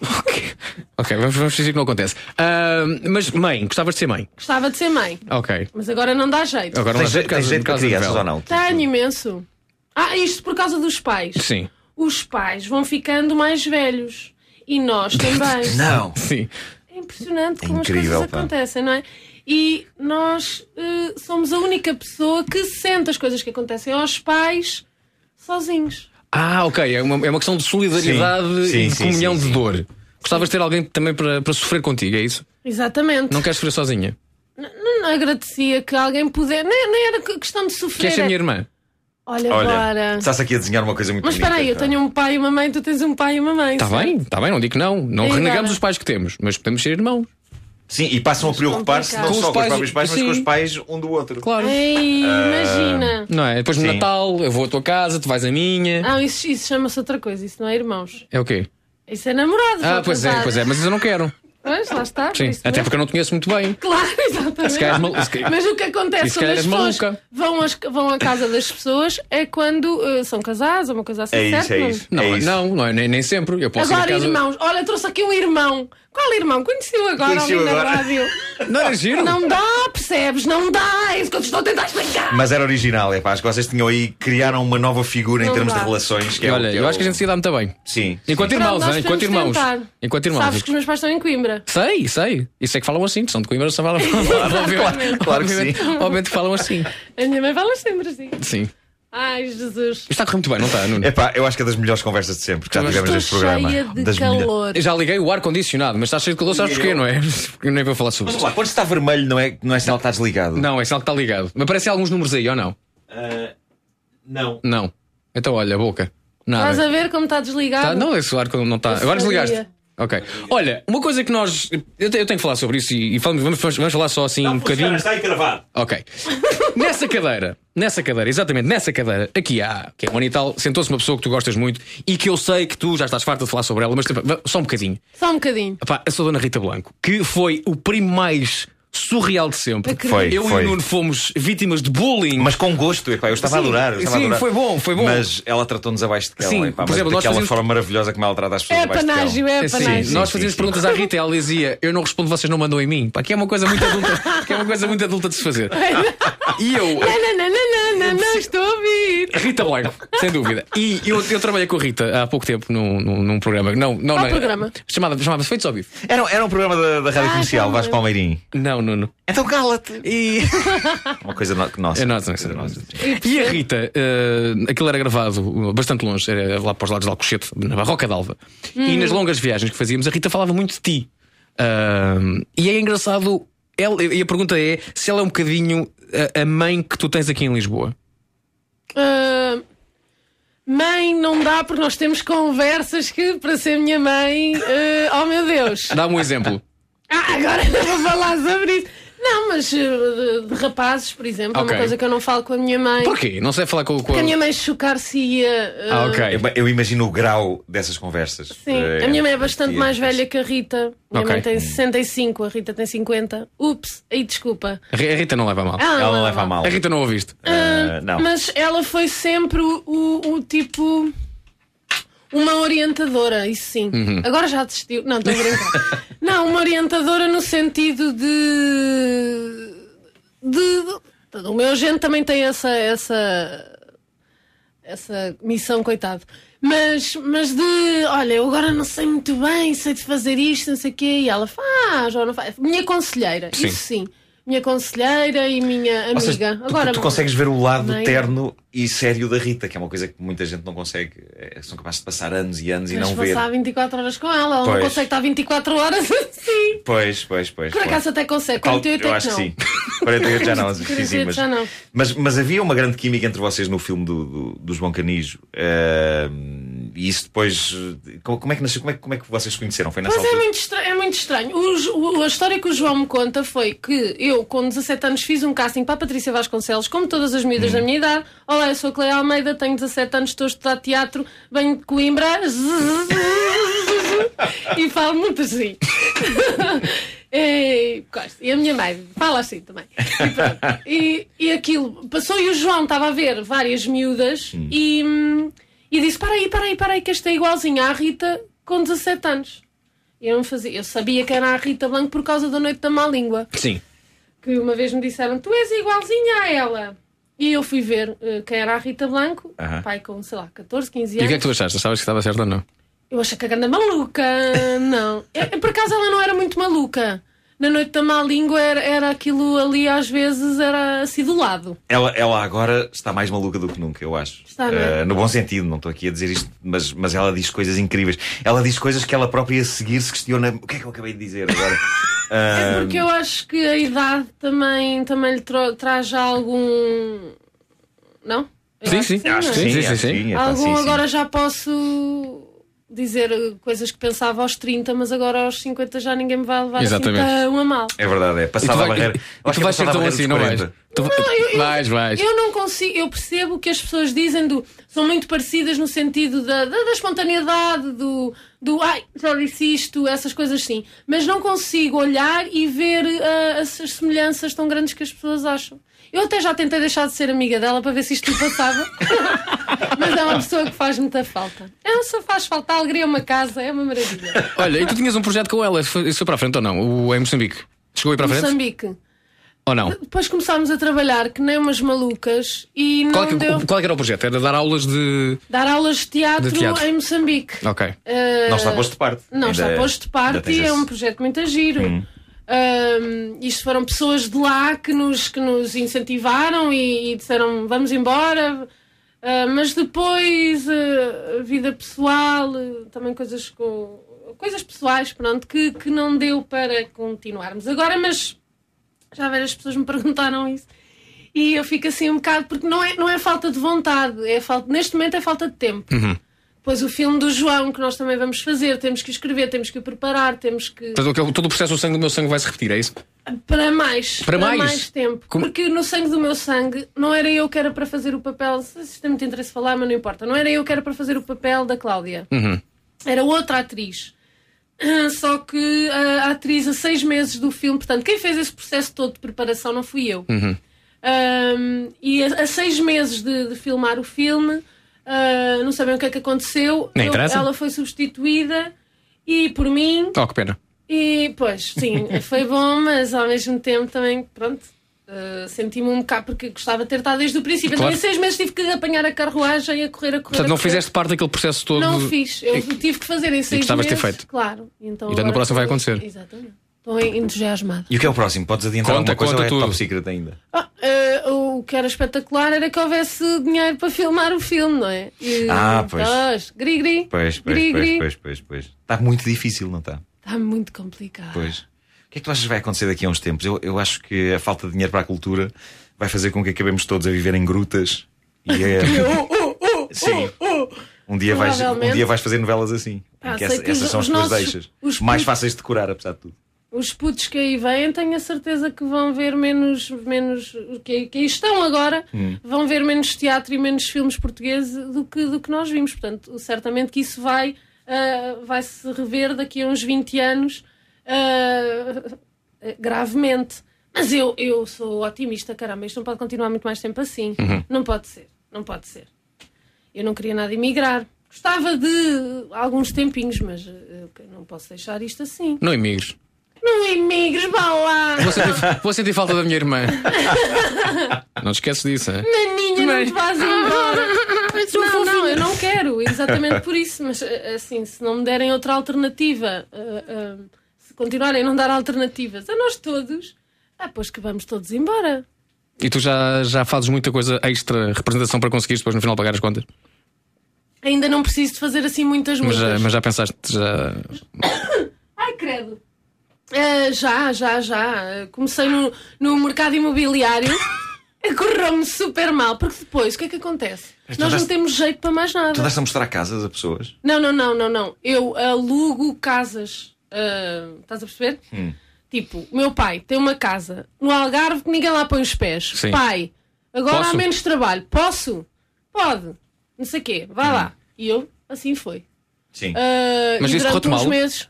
[SPEAKER 2] Ok, vamos, vamos fingir que não acontece. Ah, mas mãe, gostavas de ser mãe?
[SPEAKER 3] Gostava de ser mãe,
[SPEAKER 2] Ok.
[SPEAKER 3] mas agora não dá jeito.
[SPEAKER 2] Agora
[SPEAKER 4] Tens,
[SPEAKER 2] não é por
[SPEAKER 4] tens
[SPEAKER 2] causa-
[SPEAKER 4] jeito
[SPEAKER 2] por
[SPEAKER 4] para
[SPEAKER 2] causa da
[SPEAKER 4] crianças ou
[SPEAKER 2] novela.
[SPEAKER 4] não?
[SPEAKER 3] Tenho imenso. Ah, isto por causa dos pais.
[SPEAKER 2] Sim.
[SPEAKER 3] Os pais vão ficando mais velhos. E nós também.
[SPEAKER 4] Não.
[SPEAKER 2] Sim.
[SPEAKER 3] É impressionante como
[SPEAKER 4] Incrível,
[SPEAKER 3] as coisas
[SPEAKER 4] pá.
[SPEAKER 3] acontecem, não é? E nós eh, somos a única pessoa que sente as coisas que acontecem aos pais sozinhos.
[SPEAKER 2] Ah, ok. É uma, é uma questão de solidariedade
[SPEAKER 4] Sim, sim,
[SPEAKER 2] e de
[SPEAKER 4] sim,
[SPEAKER 2] comunhão
[SPEAKER 4] sim,
[SPEAKER 2] de
[SPEAKER 4] sim.
[SPEAKER 2] dor. Gostavas de ter alguém também para, para sofrer contigo, é isso?
[SPEAKER 3] Exatamente.
[SPEAKER 2] Não queres sofrer sozinha?
[SPEAKER 3] N- Não, agradecia que alguém pudesse. Nem, nem era que- questão de sofrer.
[SPEAKER 2] Queres ser
[SPEAKER 3] é-
[SPEAKER 2] minha irmã?
[SPEAKER 3] Olha,
[SPEAKER 4] Olha,
[SPEAKER 3] agora.
[SPEAKER 4] estás aqui a desenhar uma coisa muito
[SPEAKER 3] Mas espera
[SPEAKER 4] bonita.
[SPEAKER 3] aí, eu tenho um pai e uma mãe, tu tens um pai e uma mãe.
[SPEAKER 2] Está
[SPEAKER 3] certo?
[SPEAKER 2] Tá bem, está bem, não digo que não. Não
[SPEAKER 3] Sim,
[SPEAKER 2] renegamos
[SPEAKER 3] agora.
[SPEAKER 2] os pais que temos, mas podemos ser irmãos.
[SPEAKER 4] Sim, e passam a
[SPEAKER 3] é
[SPEAKER 4] preocupar-se não
[SPEAKER 2] Com os
[SPEAKER 4] só com os
[SPEAKER 2] pais-
[SPEAKER 4] próprios pais, mas com os
[SPEAKER 2] sim.
[SPEAKER 4] pais um do outro.
[SPEAKER 2] Claro.
[SPEAKER 3] Ei, imagina.
[SPEAKER 2] Não é? Depois no
[SPEAKER 4] Sim. Ah,
[SPEAKER 2] Natal, eu vou à tua casa, tu vais à minha.
[SPEAKER 3] Não, isso, isso chama-se outra coisa, isso não é irmãos.
[SPEAKER 2] É o quê?
[SPEAKER 3] Isso é namorado.
[SPEAKER 2] Ah, pois é, pois é, mas eu não quero.
[SPEAKER 3] Pois, lá está. por
[SPEAKER 2] Sim,
[SPEAKER 3] isso
[SPEAKER 2] até
[SPEAKER 3] mesmo.
[SPEAKER 2] porque eu não te conheço muito bem.
[SPEAKER 3] Claro, [LAUGHS] exatamente.
[SPEAKER 2] Se calhar és malu- se calhar-
[SPEAKER 3] [LAUGHS] Mas o que
[SPEAKER 2] E
[SPEAKER 3] acontece
[SPEAKER 2] se
[SPEAKER 3] quando
[SPEAKER 2] calhar
[SPEAKER 3] as
[SPEAKER 2] és
[SPEAKER 3] pessoas
[SPEAKER 2] maluca.
[SPEAKER 3] vão, às- vão à casa das pessoas é quando eh, são casados ou uma coisa assim, certo? Nuno?
[SPEAKER 2] Não, não, não, nem, nem sempre. Eu posso
[SPEAKER 3] Agora,
[SPEAKER 2] ir a casa...
[SPEAKER 3] irmãos, olha, trouxe aqui um irmão. Qual irmão? Conheci-o agora
[SPEAKER 2] Conheci-o
[SPEAKER 3] ali na
[SPEAKER 2] agora.
[SPEAKER 3] rádio.
[SPEAKER 2] Não era giro?
[SPEAKER 3] Não dá, percebes? Não dá. É isso que eu te estou a tentar explicar.
[SPEAKER 4] Mas era original, é pá. Acho que vocês tinham aí, criaram uma nova figura em
[SPEAKER 3] Não
[SPEAKER 4] termos
[SPEAKER 3] dá.
[SPEAKER 4] de relações. Que é
[SPEAKER 2] Olha,
[SPEAKER 4] o, que é
[SPEAKER 2] eu acho que a
[SPEAKER 4] o-
[SPEAKER 2] gente se ia dar muito bem.
[SPEAKER 4] Sim.
[SPEAKER 2] Enquanto
[SPEAKER 3] Pronto,
[SPEAKER 2] irmãos,
[SPEAKER 3] nós
[SPEAKER 2] hein? enquanto
[SPEAKER 3] podemos
[SPEAKER 2] irmãos.
[SPEAKER 3] tentar.
[SPEAKER 2] Enquanto irmãos.
[SPEAKER 3] Sabes que os meus pais estão em Coimbra.
[SPEAKER 2] Sei, sei. Isso é que falam assim, que são de Coimbra, são falam. [LAUGHS] Obviamente,
[SPEAKER 3] Claro que
[SPEAKER 2] obviamente,
[SPEAKER 3] sim.
[SPEAKER 2] obviamente falam assim.
[SPEAKER 3] A minha mãe fala sempre assim.
[SPEAKER 2] Sim.
[SPEAKER 3] Ai, Jesus.
[SPEAKER 2] Está a correr muito bem, não está, Nuno?
[SPEAKER 4] É pá, eu acho que é das melhores conversas de sempre que já tivemos neste programa. Das melhores.
[SPEAKER 2] Já liguei o ar-condicionado, mas está cheio de calor, sabes porquê, não é? Eu nem vou falar sobre
[SPEAKER 4] Mas
[SPEAKER 2] isso.
[SPEAKER 4] vamos lá, quando está vermelho, não é, não é sinal que está desligado?
[SPEAKER 2] Não, é sinal que está ligado. Me aparecem alguns números aí, ou não?
[SPEAKER 4] não.
[SPEAKER 2] Não. Então olha, boca. Nada.
[SPEAKER 3] Estás a ver como está desligado?
[SPEAKER 2] Tá, não, esse ar não está.
[SPEAKER 3] Eu
[SPEAKER 2] Agora
[SPEAKER 3] sabia.
[SPEAKER 2] desligaste. Ok. Olha, uma coisa que nós. Eu te- eu tenho que falar sobre isso e, e falamos- vamos, vamos, vamos falar só
[SPEAKER 4] Tá
[SPEAKER 2] assim um bocadinho.
[SPEAKER 4] encravado.
[SPEAKER 2] Ok. nessa cadeira, nessa cadeira, exatamente nessa cadeira, aqui há, que é um ano e tal, sentou-se uma pessoa que tu gostas muito e que eu sei que tu já estás farta de falar sobre ela, mas tipo, va- só um bocadinho.
[SPEAKER 3] Só um bocadinho.
[SPEAKER 2] Epá, eu sou a Dona Rita Blanco, que foi o primo mais surreal de sempre.
[SPEAKER 4] Acredito. Foi,
[SPEAKER 2] eu
[SPEAKER 4] foi.
[SPEAKER 2] e o Nuno fomos vítimas de bullying.
[SPEAKER 4] Mas com gosto, epá, eu estava a
[SPEAKER 2] Sim,
[SPEAKER 4] adorar. eu estava a
[SPEAKER 2] sim,
[SPEAKER 4] adorar.
[SPEAKER 2] foi bom, foi bom.
[SPEAKER 4] Mas ela tratou-nos abaixo de cão,
[SPEAKER 2] Sim,
[SPEAKER 4] epá,
[SPEAKER 2] por
[SPEAKER 4] mas
[SPEAKER 2] exemplo, nós
[SPEAKER 4] daquela
[SPEAKER 2] fazíamos-
[SPEAKER 4] forma maravilhosa como ela trata as pessoas
[SPEAKER 3] É
[SPEAKER 4] abaixo de cão.
[SPEAKER 3] panágio, é panágio.
[SPEAKER 2] assim, Nós fazíamos perguntas à Rita e ela dizia: Eu não respondo, vocês não mandam em mim. Pá, que é uma coisa muito adulta, que é uma coisa muito adulta de se fazer.
[SPEAKER 3] [LAUGHS]
[SPEAKER 2] E eu,
[SPEAKER 3] Não, não, não, não, não, não, não estou a ouvir.
[SPEAKER 2] Rita Blanco, sem dúvida. E eu, eu trabalhei com a Rita há pouco tempo num, num, num programa. Não, não,
[SPEAKER 3] Qual
[SPEAKER 2] não.
[SPEAKER 3] programa?
[SPEAKER 2] Chamava-se Feitos ao Vivo.
[SPEAKER 4] Era, era um programa da, da
[SPEAKER 3] Ah,
[SPEAKER 4] rádio
[SPEAKER 3] então
[SPEAKER 4] comercial,
[SPEAKER 3] é.
[SPEAKER 4] Vasco Palmeirim.
[SPEAKER 2] Não, não, não.
[SPEAKER 4] Então cala-te.
[SPEAKER 2] E.
[SPEAKER 4] Uma coisa no- nossa.
[SPEAKER 2] É nossa,
[SPEAKER 4] Coisa nossa.
[SPEAKER 2] E a Rita, eh, aquilo era gravado uh, bastante longe, era lá para os lados de Alcochete, na Barroca de Alva.
[SPEAKER 3] Hum.
[SPEAKER 2] E nas longas viagens que fazíamos, a Rita falava muito de ti. Ah, e é engraçado, ela- e a pergunta é se ela é um bocadinho a, a mãe que tu tens aqui em Lisboa.
[SPEAKER 3] Ah, mãe, não dá porque nós temos conversas que, para ser minha mãe, ah, oh meu Deus.
[SPEAKER 2] Dá-me um
[SPEAKER 3] [LAUGHS]
[SPEAKER 2] exemplo.
[SPEAKER 3] Ah, agora vou falar sobre isso. Não, mas ah, de, de rapazes, por exemplo, é
[SPEAKER 2] Ok.
[SPEAKER 3] uma coisa que eu não falo com a minha mãe.
[SPEAKER 2] Porquê? Não sei falar com, com
[SPEAKER 3] Porque a minha mãe chocar-se-ia. ah,
[SPEAKER 2] é.
[SPEAKER 4] Eu, eu imagino o grau dessas conversas.
[SPEAKER 3] Sim,
[SPEAKER 4] Eh,
[SPEAKER 3] a minha mãe é
[SPEAKER 4] entre
[SPEAKER 3] bastante
[SPEAKER 4] ti.
[SPEAKER 3] mais velha que a Rita. Minha
[SPEAKER 2] Ok.
[SPEAKER 3] mãe tem 65, a Rita tem 50. Ups, aí desculpa.
[SPEAKER 2] A Ri- a Rita não leva a mal.
[SPEAKER 3] Ah, não Ela não leva leva a
[SPEAKER 2] mal. A Rita não ouviste.
[SPEAKER 4] Eh,
[SPEAKER 3] Ah, Mas ela foi sempre o, o- o tipo. Uma orientadora, isso sim.
[SPEAKER 2] Uhum.
[SPEAKER 3] Agora já desistiu. Não, estou a
[SPEAKER 4] [LAUGHS]
[SPEAKER 3] brincar. não, uma orientadora no sentido de. de. de- O meu gente também tem essa. essa. essa missão, coitado. Mas, mas de. olha, eu agora não sei muito bem, sei de fazer isto, não sei o quê. E ela faz, ou não faz. Minha conselheira,
[SPEAKER 4] Sim.
[SPEAKER 3] isso sim. Minha conselheira e minha amiga.
[SPEAKER 4] Ou seja, tu-
[SPEAKER 3] agora,
[SPEAKER 4] tu, consegues ver o lado
[SPEAKER 3] Mãe.
[SPEAKER 4] terno e sério da Rita, que é uma coisa que muita gente não consegue. eh, São capazes de passar anos e anos e
[SPEAKER 3] Mas
[SPEAKER 4] não ver.
[SPEAKER 3] passar 24 horas com ela, ela
[SPEAKER 4] Pois.
[SPEAKER 3] não consegue estar 24 horas [LAUGHS] assim.
[SPEAKER 4] Pois, pois, pois.
[SPEAKER 3] Por
[SPEAKER 4] claro.
[SPEAKER 3] acaso até consegue,
[SPEAKER 4] Tal-
[SPEAKER 3] 48
[SPEAKER 4] eu
[SPEAKER 3] é que
[SPEAKER 4] acho
[SPEAKER 3] não.
[SPEAKER 4] que sim. 48 já
[SPEAKER 3] [LAUGHS]
[SPEAKER 4] não. sim, sim,
[SPEAKER 3] 48
[SPEAKER 4] mas,
[SPEAKER 3] já não.
[SPEAKER 4] Mas, mas havia uma grande química entre vocês no filme do, do, do João Canijo. eh, e isso depois. eh, Como, como é que nasceu? Como é, que- como é que vocês se conheceram? Foi nessa
[SPEAKER 3] Mas é
[SPEAKER 4] altura?
[SPEAKER 3] muito, estra- é muito estranho. O Jo- o- a história que o João me conta foi que eu, com 17 anos, fiz um casting para a Patrícia Vasconcelos, como todas as
[SPEAKER 4] Hum.
[SPEAKER 3] miúdas da minha idade. Olá, eu sou a Cleia Almeida, tenho 17 anos, estou a estudar teatro, venho de Coimbra. e falo muito assim. [LAUGHS] e, gosto. E a minha mãe fala assim também. E, e aquilo passou e o João estava a ver várias miúdas e, hum, e disse: Para aí, para aí, para aí, que esta é igualzinha à Rita com 17 anos. E Eu, não fazia, eu sabia que era a Rita Blanco por causa da Noite da Má Língua.
[SPEAKER 2] Sim.
[SPEAKER 3] Que uma vez me disseram: Tu és igualzinha a ela. E eu fui ver eh, quem era a Rita Blanco,
[SPEAKER 2] Aham.
[SPEAKER 3] pai com, sei lá, 14, 15
[SPEAKER 2] E
[SPEAKER 3] anos.
[SPEAKER 2] o que é que tu achaste? Sabes que estava certa ou não? [LAUGHS]
[SPEAKER 3] é, Eu achei que a ganda maluca. Não. É, Por acaso ela não era muito maluca. na noite da má língua era, era aquilo ali, às vezes, era acidulado.
[SPEAKER 4] Ela, ela agora está mais maluca do que nunca, eu acho.
[SPEAKER 3] Está, não é?
[SPEAKER 4] Eh, no bom sentido, não estou aqui a dizer isto, mas, mas ela diz coisas incríveis. Ela diz coisas que ela própria a seguir se questiona: o que é que eu acabei de dizer
[SPEAKER 3] [LAUGHS]
[SPEAKER 4] agora? Ah,
[SPEAKER 3] É Porque eu acho que a idade também, também lhe tro- traz já algum. Não? Eu
[SPEAKER 2] Sim,
[SPEAKER 3] acho que
[SPEAKER 2] sim. Acho
[SPEAKER 3] não
[SPEAKER 2] que
[SPEAKER 3] é?
[SPEAKER 2] sim, sim, sim, sim. Epá,
[SPEAKER 3] Algum
[SPEAKER 2] sim, sim.
[SPEAKER 3] agora já posso dizer eh, coisas que pensava aos 30, mas agora aos 50 já ninguém me vai levar
[SPEAKER 2] Exatamente.
[SPEAKER 3] assim tão a mal.
[SPEAKER 4] É verdade, é. Passada
[SPEAKER 2] E tu vai-
[SPEAKER 4] a barreira.
[SPEAKER 2] e- e
[SPEAKER 4] Eu acho
[SPEAKER 2] tu
[SPEAKER 4] que é
[SPEAKER 2] vais ser
[SPEAKER 4] passada
[SPEAKER 2] tão
[SPEAKER 4] a barreira
[SPEAKER 2] assim,
[SPEAKER 4] dos
[SPEAKER 2] não vais?
[SPEAKER 4] 40.
[SPEAKER 2] Tu- Vais, vais.
[SPEAKER 3] Eu não consigo, eu percebo que as pessoas dizem do. São muito parecidas no sentido da, da, da espontaneidade, do, do. Ai, já disse isto, essas coisas sim. Mas não consigo olhar e ver ah, essas semelhanças tão grandes que as pessoas acham. Eu até já tentei deixar de ser amiga dela para ver se isto me passava. [LAUGHS] Mas é uma pessoa que faz muita falta. É, só faz falta a alegria, é uma casa, é uma maravilha.
[SPEAKER 2] Olha, e tu tinhas um projeto com ela, isso foi isso foi para a frente ou não? O em Moçambique. Chegou aí para a frente?
[SPEAKER 3] Moçambique.
[SPEAKER 2] Ou não?
[SPEAKER 3] Depois começámos a trabalhar que nem umas malucas e não
[SPEAKER 2] Qual é, que,
[SPEAKER 3] deu.
[SPEAKER 2] qual é que era o projeto? Era dar aulas de.
[SPEAKER 3] Dar aulas de teatro,
[SPEAKER 2] De teatro.
[SPEAKER 3] em Moçambique.
[SPEAKER 2] Ok.
[SPEAKER 3] Eh,
[SPEAKER 2] Não está posto de parte.
[SPEAKER 3] Não
[SPEAKER 2] Ainda-
[SPEAKER 3] está posto de
[SPEAKER 2] ainda
[SPEAKER 3] parte
[SPEAKER 2] tens
[SPEAKER 3] e é
[SPEAKER 2] esse-
[SPEAKER 3] um projeto muito giro.
[SPEAKER 2] Hum.
[SPEAKER 3] Ahm, isto foram pessoas de lá que nos, que nos incentivaram e, e disseram vamos embora. Ah, mas depois ah, a vida pessoal, eh, também coisas com coisas pessoais, pronto, que, que não deu para continuarmos agora, mas já várias pessoas me perguntaram isso. E eu fico assim um bocado, porque não é, não é falta de vontade, é falta, neste momento é falta de tempo. Depois o filme do João, que nós também vamos fazer, temos que o escrever, temos que o preparar, temos que.
[SPEAKER 2] Portanto, aquele- todo o processo do sangue do meu sangue vai se repetir, é isso?
[SPEAKER 3] Para mais.
[SPEAKER 2] Para mais?
[SPEAKER 3] tempo.
[SPEAKER 2] Como-
[SPEAKER 3] Porque no sangue do meu sangue, não era eu que era para fazer o papel. não sei Se isto tem muito interesse falar, mas não importa. Não era eu que era para fazer o papel da Cláudia.
[SPEAKER 2] Uhum.
[SPEAKER 3] Era outra atriz. [CLEARS THROAT] Só que ah, a atriz, a seis meses do filme, portanto, quem fez esse processo todo de preparação não fui eu.
[SPEAKER 2] Uhum.
[SPEAKER 3] Ahm, e a, a seis meses de, de filmar o filme, ah, não sabem o que é que aconteceu.
[SPEAKER 2] Nem
[SPEAKER 3] Eu-
[SPEAKER 2] interessa.
[SPEAKER 3] ela foi substituída e por mim.
[SPEAKER 2] Oh, que pena.
[SPEAKER 3] E, pois, sim,
[SPEAKER 2] [LAUGHS]
[SPEAKER 3] foi bom, mas ao mesmo tempo também, pronto, ah, senti-me um bocado porque gostava de ter estado desde o princípio.
[SPEAKER 2] Claro.
[SPEAKER 3] Então, em seis meses tive que apanhar a carruagem e a correr, a correr.
[SPEAKER 2] Portanto,
[SPEAKER 3] a
[SPEAKER 2] não
[SPEAKER 3] correr.
[SPEAKER 2] fizeste parte daquele processo todo.
[SPEAKER 3] é Não fiz, eu tive que fazer em seis
[SPEAKER 2] gostavas
[SPEAKER 3] meses.
[SPEAKER 2] de ter feito.
[SPEAKER 3] Claro. Então,
[SPEAKER 2] E, portanto, no
[SPEAKER 3] agora
[SPEAKER 2] próximo vai
[SPEAKER 3] estou-
[SPEAKER 2] acontecer.
[SPEAKER 3] Exatamente. Estou entusiasmada.
[SPEAKER 4] E o que é o próximo? Podes adiantar
[SPEAKER 2] Conta,
[SPEAKER 4] alguma coisa
[SPEAKER 2] conta
[SPEAKER 4] ou é
[SPEAKER 2] tudo.
[SPEAKER 4] top secret ainda?
[SPEAKER 3] Ah, eh, o que era espetacular era que houvesse dinheiro para filmar o filme, não é? E,
[SPEAKER 4] Ah, pois.
[SPEAKER 3] pois, Gri, gri.
[SPEAKER 4] Pois, pois,
[SPEAKER 3] Gri,
[SPEAKER 4] pois,
[SPEAKER 3] gri.
[SPEAKER 4] pois, pois, pois. Está muito difícil, não está?
[SPEAKER 3] Está muito complicado.
[SPEAKER 4] Pois. O que é que tu achas que vai acontecer daqui a uns tempos? Eu, eu acho que a falta de dinheiro para a cultura vai fazer com que acabemos todos a viver em grutas e
[SPEAKER 3] [LAUGHS]
[SPEAKER 4] é, Sim. um, dia vais, um
[SPEAKER 3] Provavelmente.
[SPEAKER 4] dia vais fazer novelas assim. em
[SPEAKER 3] Ah,
[SPEAKER 4] que
[SPEAKER 3] sei
[SPEAKER 4] essa-
[SPEAKER 3] que
[SPEAKER 4] essas
[SPEAKER 3] os-
[SPEAKER 4] são as
[SPEAKER 3] os
[SPEAKER 4] tuas
[SPEAKER 3] nossos-
[SPEAKER 4] deixas.
[SPEAKER 3] os Ah.
[SPEAKER 4] Mais
[SPEAKER 3] putos-
[SPEAKER 4] fáceis de decorar, apesar de tudo.
[SPEAKER 3] Os putos que aí vêm, tenho a certeza que vão ver menos. menos que, que aí estão agora,
[SPEAKER 4] Hum.
[SPEAKER 3] vão ver menos teatro e menos filmes portugueses do que, do que nós vimos. Portanto, certamente que isso vai, ah, vai se rever daqui a uns 20 anos ah, gravemente. Mas eu, eu sou otimista, caramba, isto não pode continuar muito mais tempo assim.
[SPEAKER 12] Uhum.
[SPEAKER 3] Não pode ser, não pode ser. Eu não queria nada emigrar. Gostava de eh, alguns tempinhos, mas eh, eu não posso deixar isto assim.
[SPEAKER 2] Não emigres.
[SPEAKER 3] Não emigres, vá lá!
[SPEAKER 2] Vou sentir, vou sentir falta da minha
[SPEAKER 3] [LAUGHS]
[SPEAKER 2] irmã. Não te esqueces disso, é?
[SPEAKER 3] Maninha, não te vás [LAUGHS] embora! Não, não,
[SPEAKER 12] fofinha.
[SPEAKER 3] eu não quero, exatamente por isso. Mas eh, assim, se não me derem outra alternativa, eh, eh, se continuarem a não dar alternativas a nós todos, ah, pois que vamos todos embora.
[SPEAKER 2] E tu já, já fazes muita coisa extra, representação para conseguires depois no final pagar as contas?
[SPEAKER 3] Ainda não preciso de fazer assim muitas
[SPEAKER 2] Mas já,
[SPEAKER 3] músicas.
[SPEAKER 2] mas já pensaste,
[SPEAKER 3] [LAUGHS]
[SPEAKER 2] já.
[SPEAKER 3] Ai, credo. Eh, já, já, já. Eh, Comecei no, no mercado [LAUGHS] imobiliário. Correu-me super mal, porque depois o que é que acontece?
[SPEAKER 2] Então
[SPEAKER 4] Mas tu
[SPEAKER 3] Nós não
[SPEAKER 4] andaste-
[SPEAKER 3] temos jeito para mais
[SPEAKER 4] Tu
[SPEAKER 3] nada.
[SPEAKER 4] estás a mostrar casas a pessoas?
[SPEAKER 3] Não, não, não, não, não. Eu alugo casas. Ah, estás a perceber?
[SPEAKER 4] Hum.
[SPEAKER 3] Tipo, o meu pai tem uma casa no Algarve que ninguém lá põe os pés.
[SPEAKER 12] Sim.
[SPEAKER 3] Pai, agora há
[SPEAKER 12] Posso?
[SPEAKER 3] menos trabalho. Posso? Pode. Não sei o quê.
[SPEAKER 12] Hum.
[SPEAKER 3] Vá lá. E eu, assim foi.
[SPEAKER 4] Sim.
[SPEAKER 3] Ah,
[SPEAKER 2] Mas
[SPEAKER 3] e
[SPEAKER 2] isso
[SPEAKER 3] durante
[SPEAKER 2] correu-te
[SPEAKER 3] uns
[SPEAKER 2] mal?
[SPEAKER 3] meses.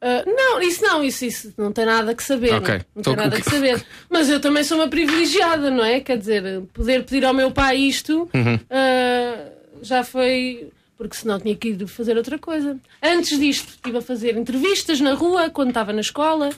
[SPEAKER 3] ah, não, isso não, isso, isso não tem nada que saber.
[SPEAKER 2] Ok.
[SPEAKER 3] Não, não
[SPEAKER 2] Então,
[SPEAKER 3] tem
[SPEAKER 2] o
[SPEAKER 3] nada
[SPEAKER 2] que-
[SPEAKER 3] que saber. Mas eu também sou uma privilegiada, não é? Quer dizer, poder pedir ao meu pai isto
[SPEAKER 12] Uhum.
[SPEAKER 3] ah, já foi. Porque senão tinha que ir fazer outra coisa. Antes disto, estive a fazer entrevistas na rua, quando estava na escola.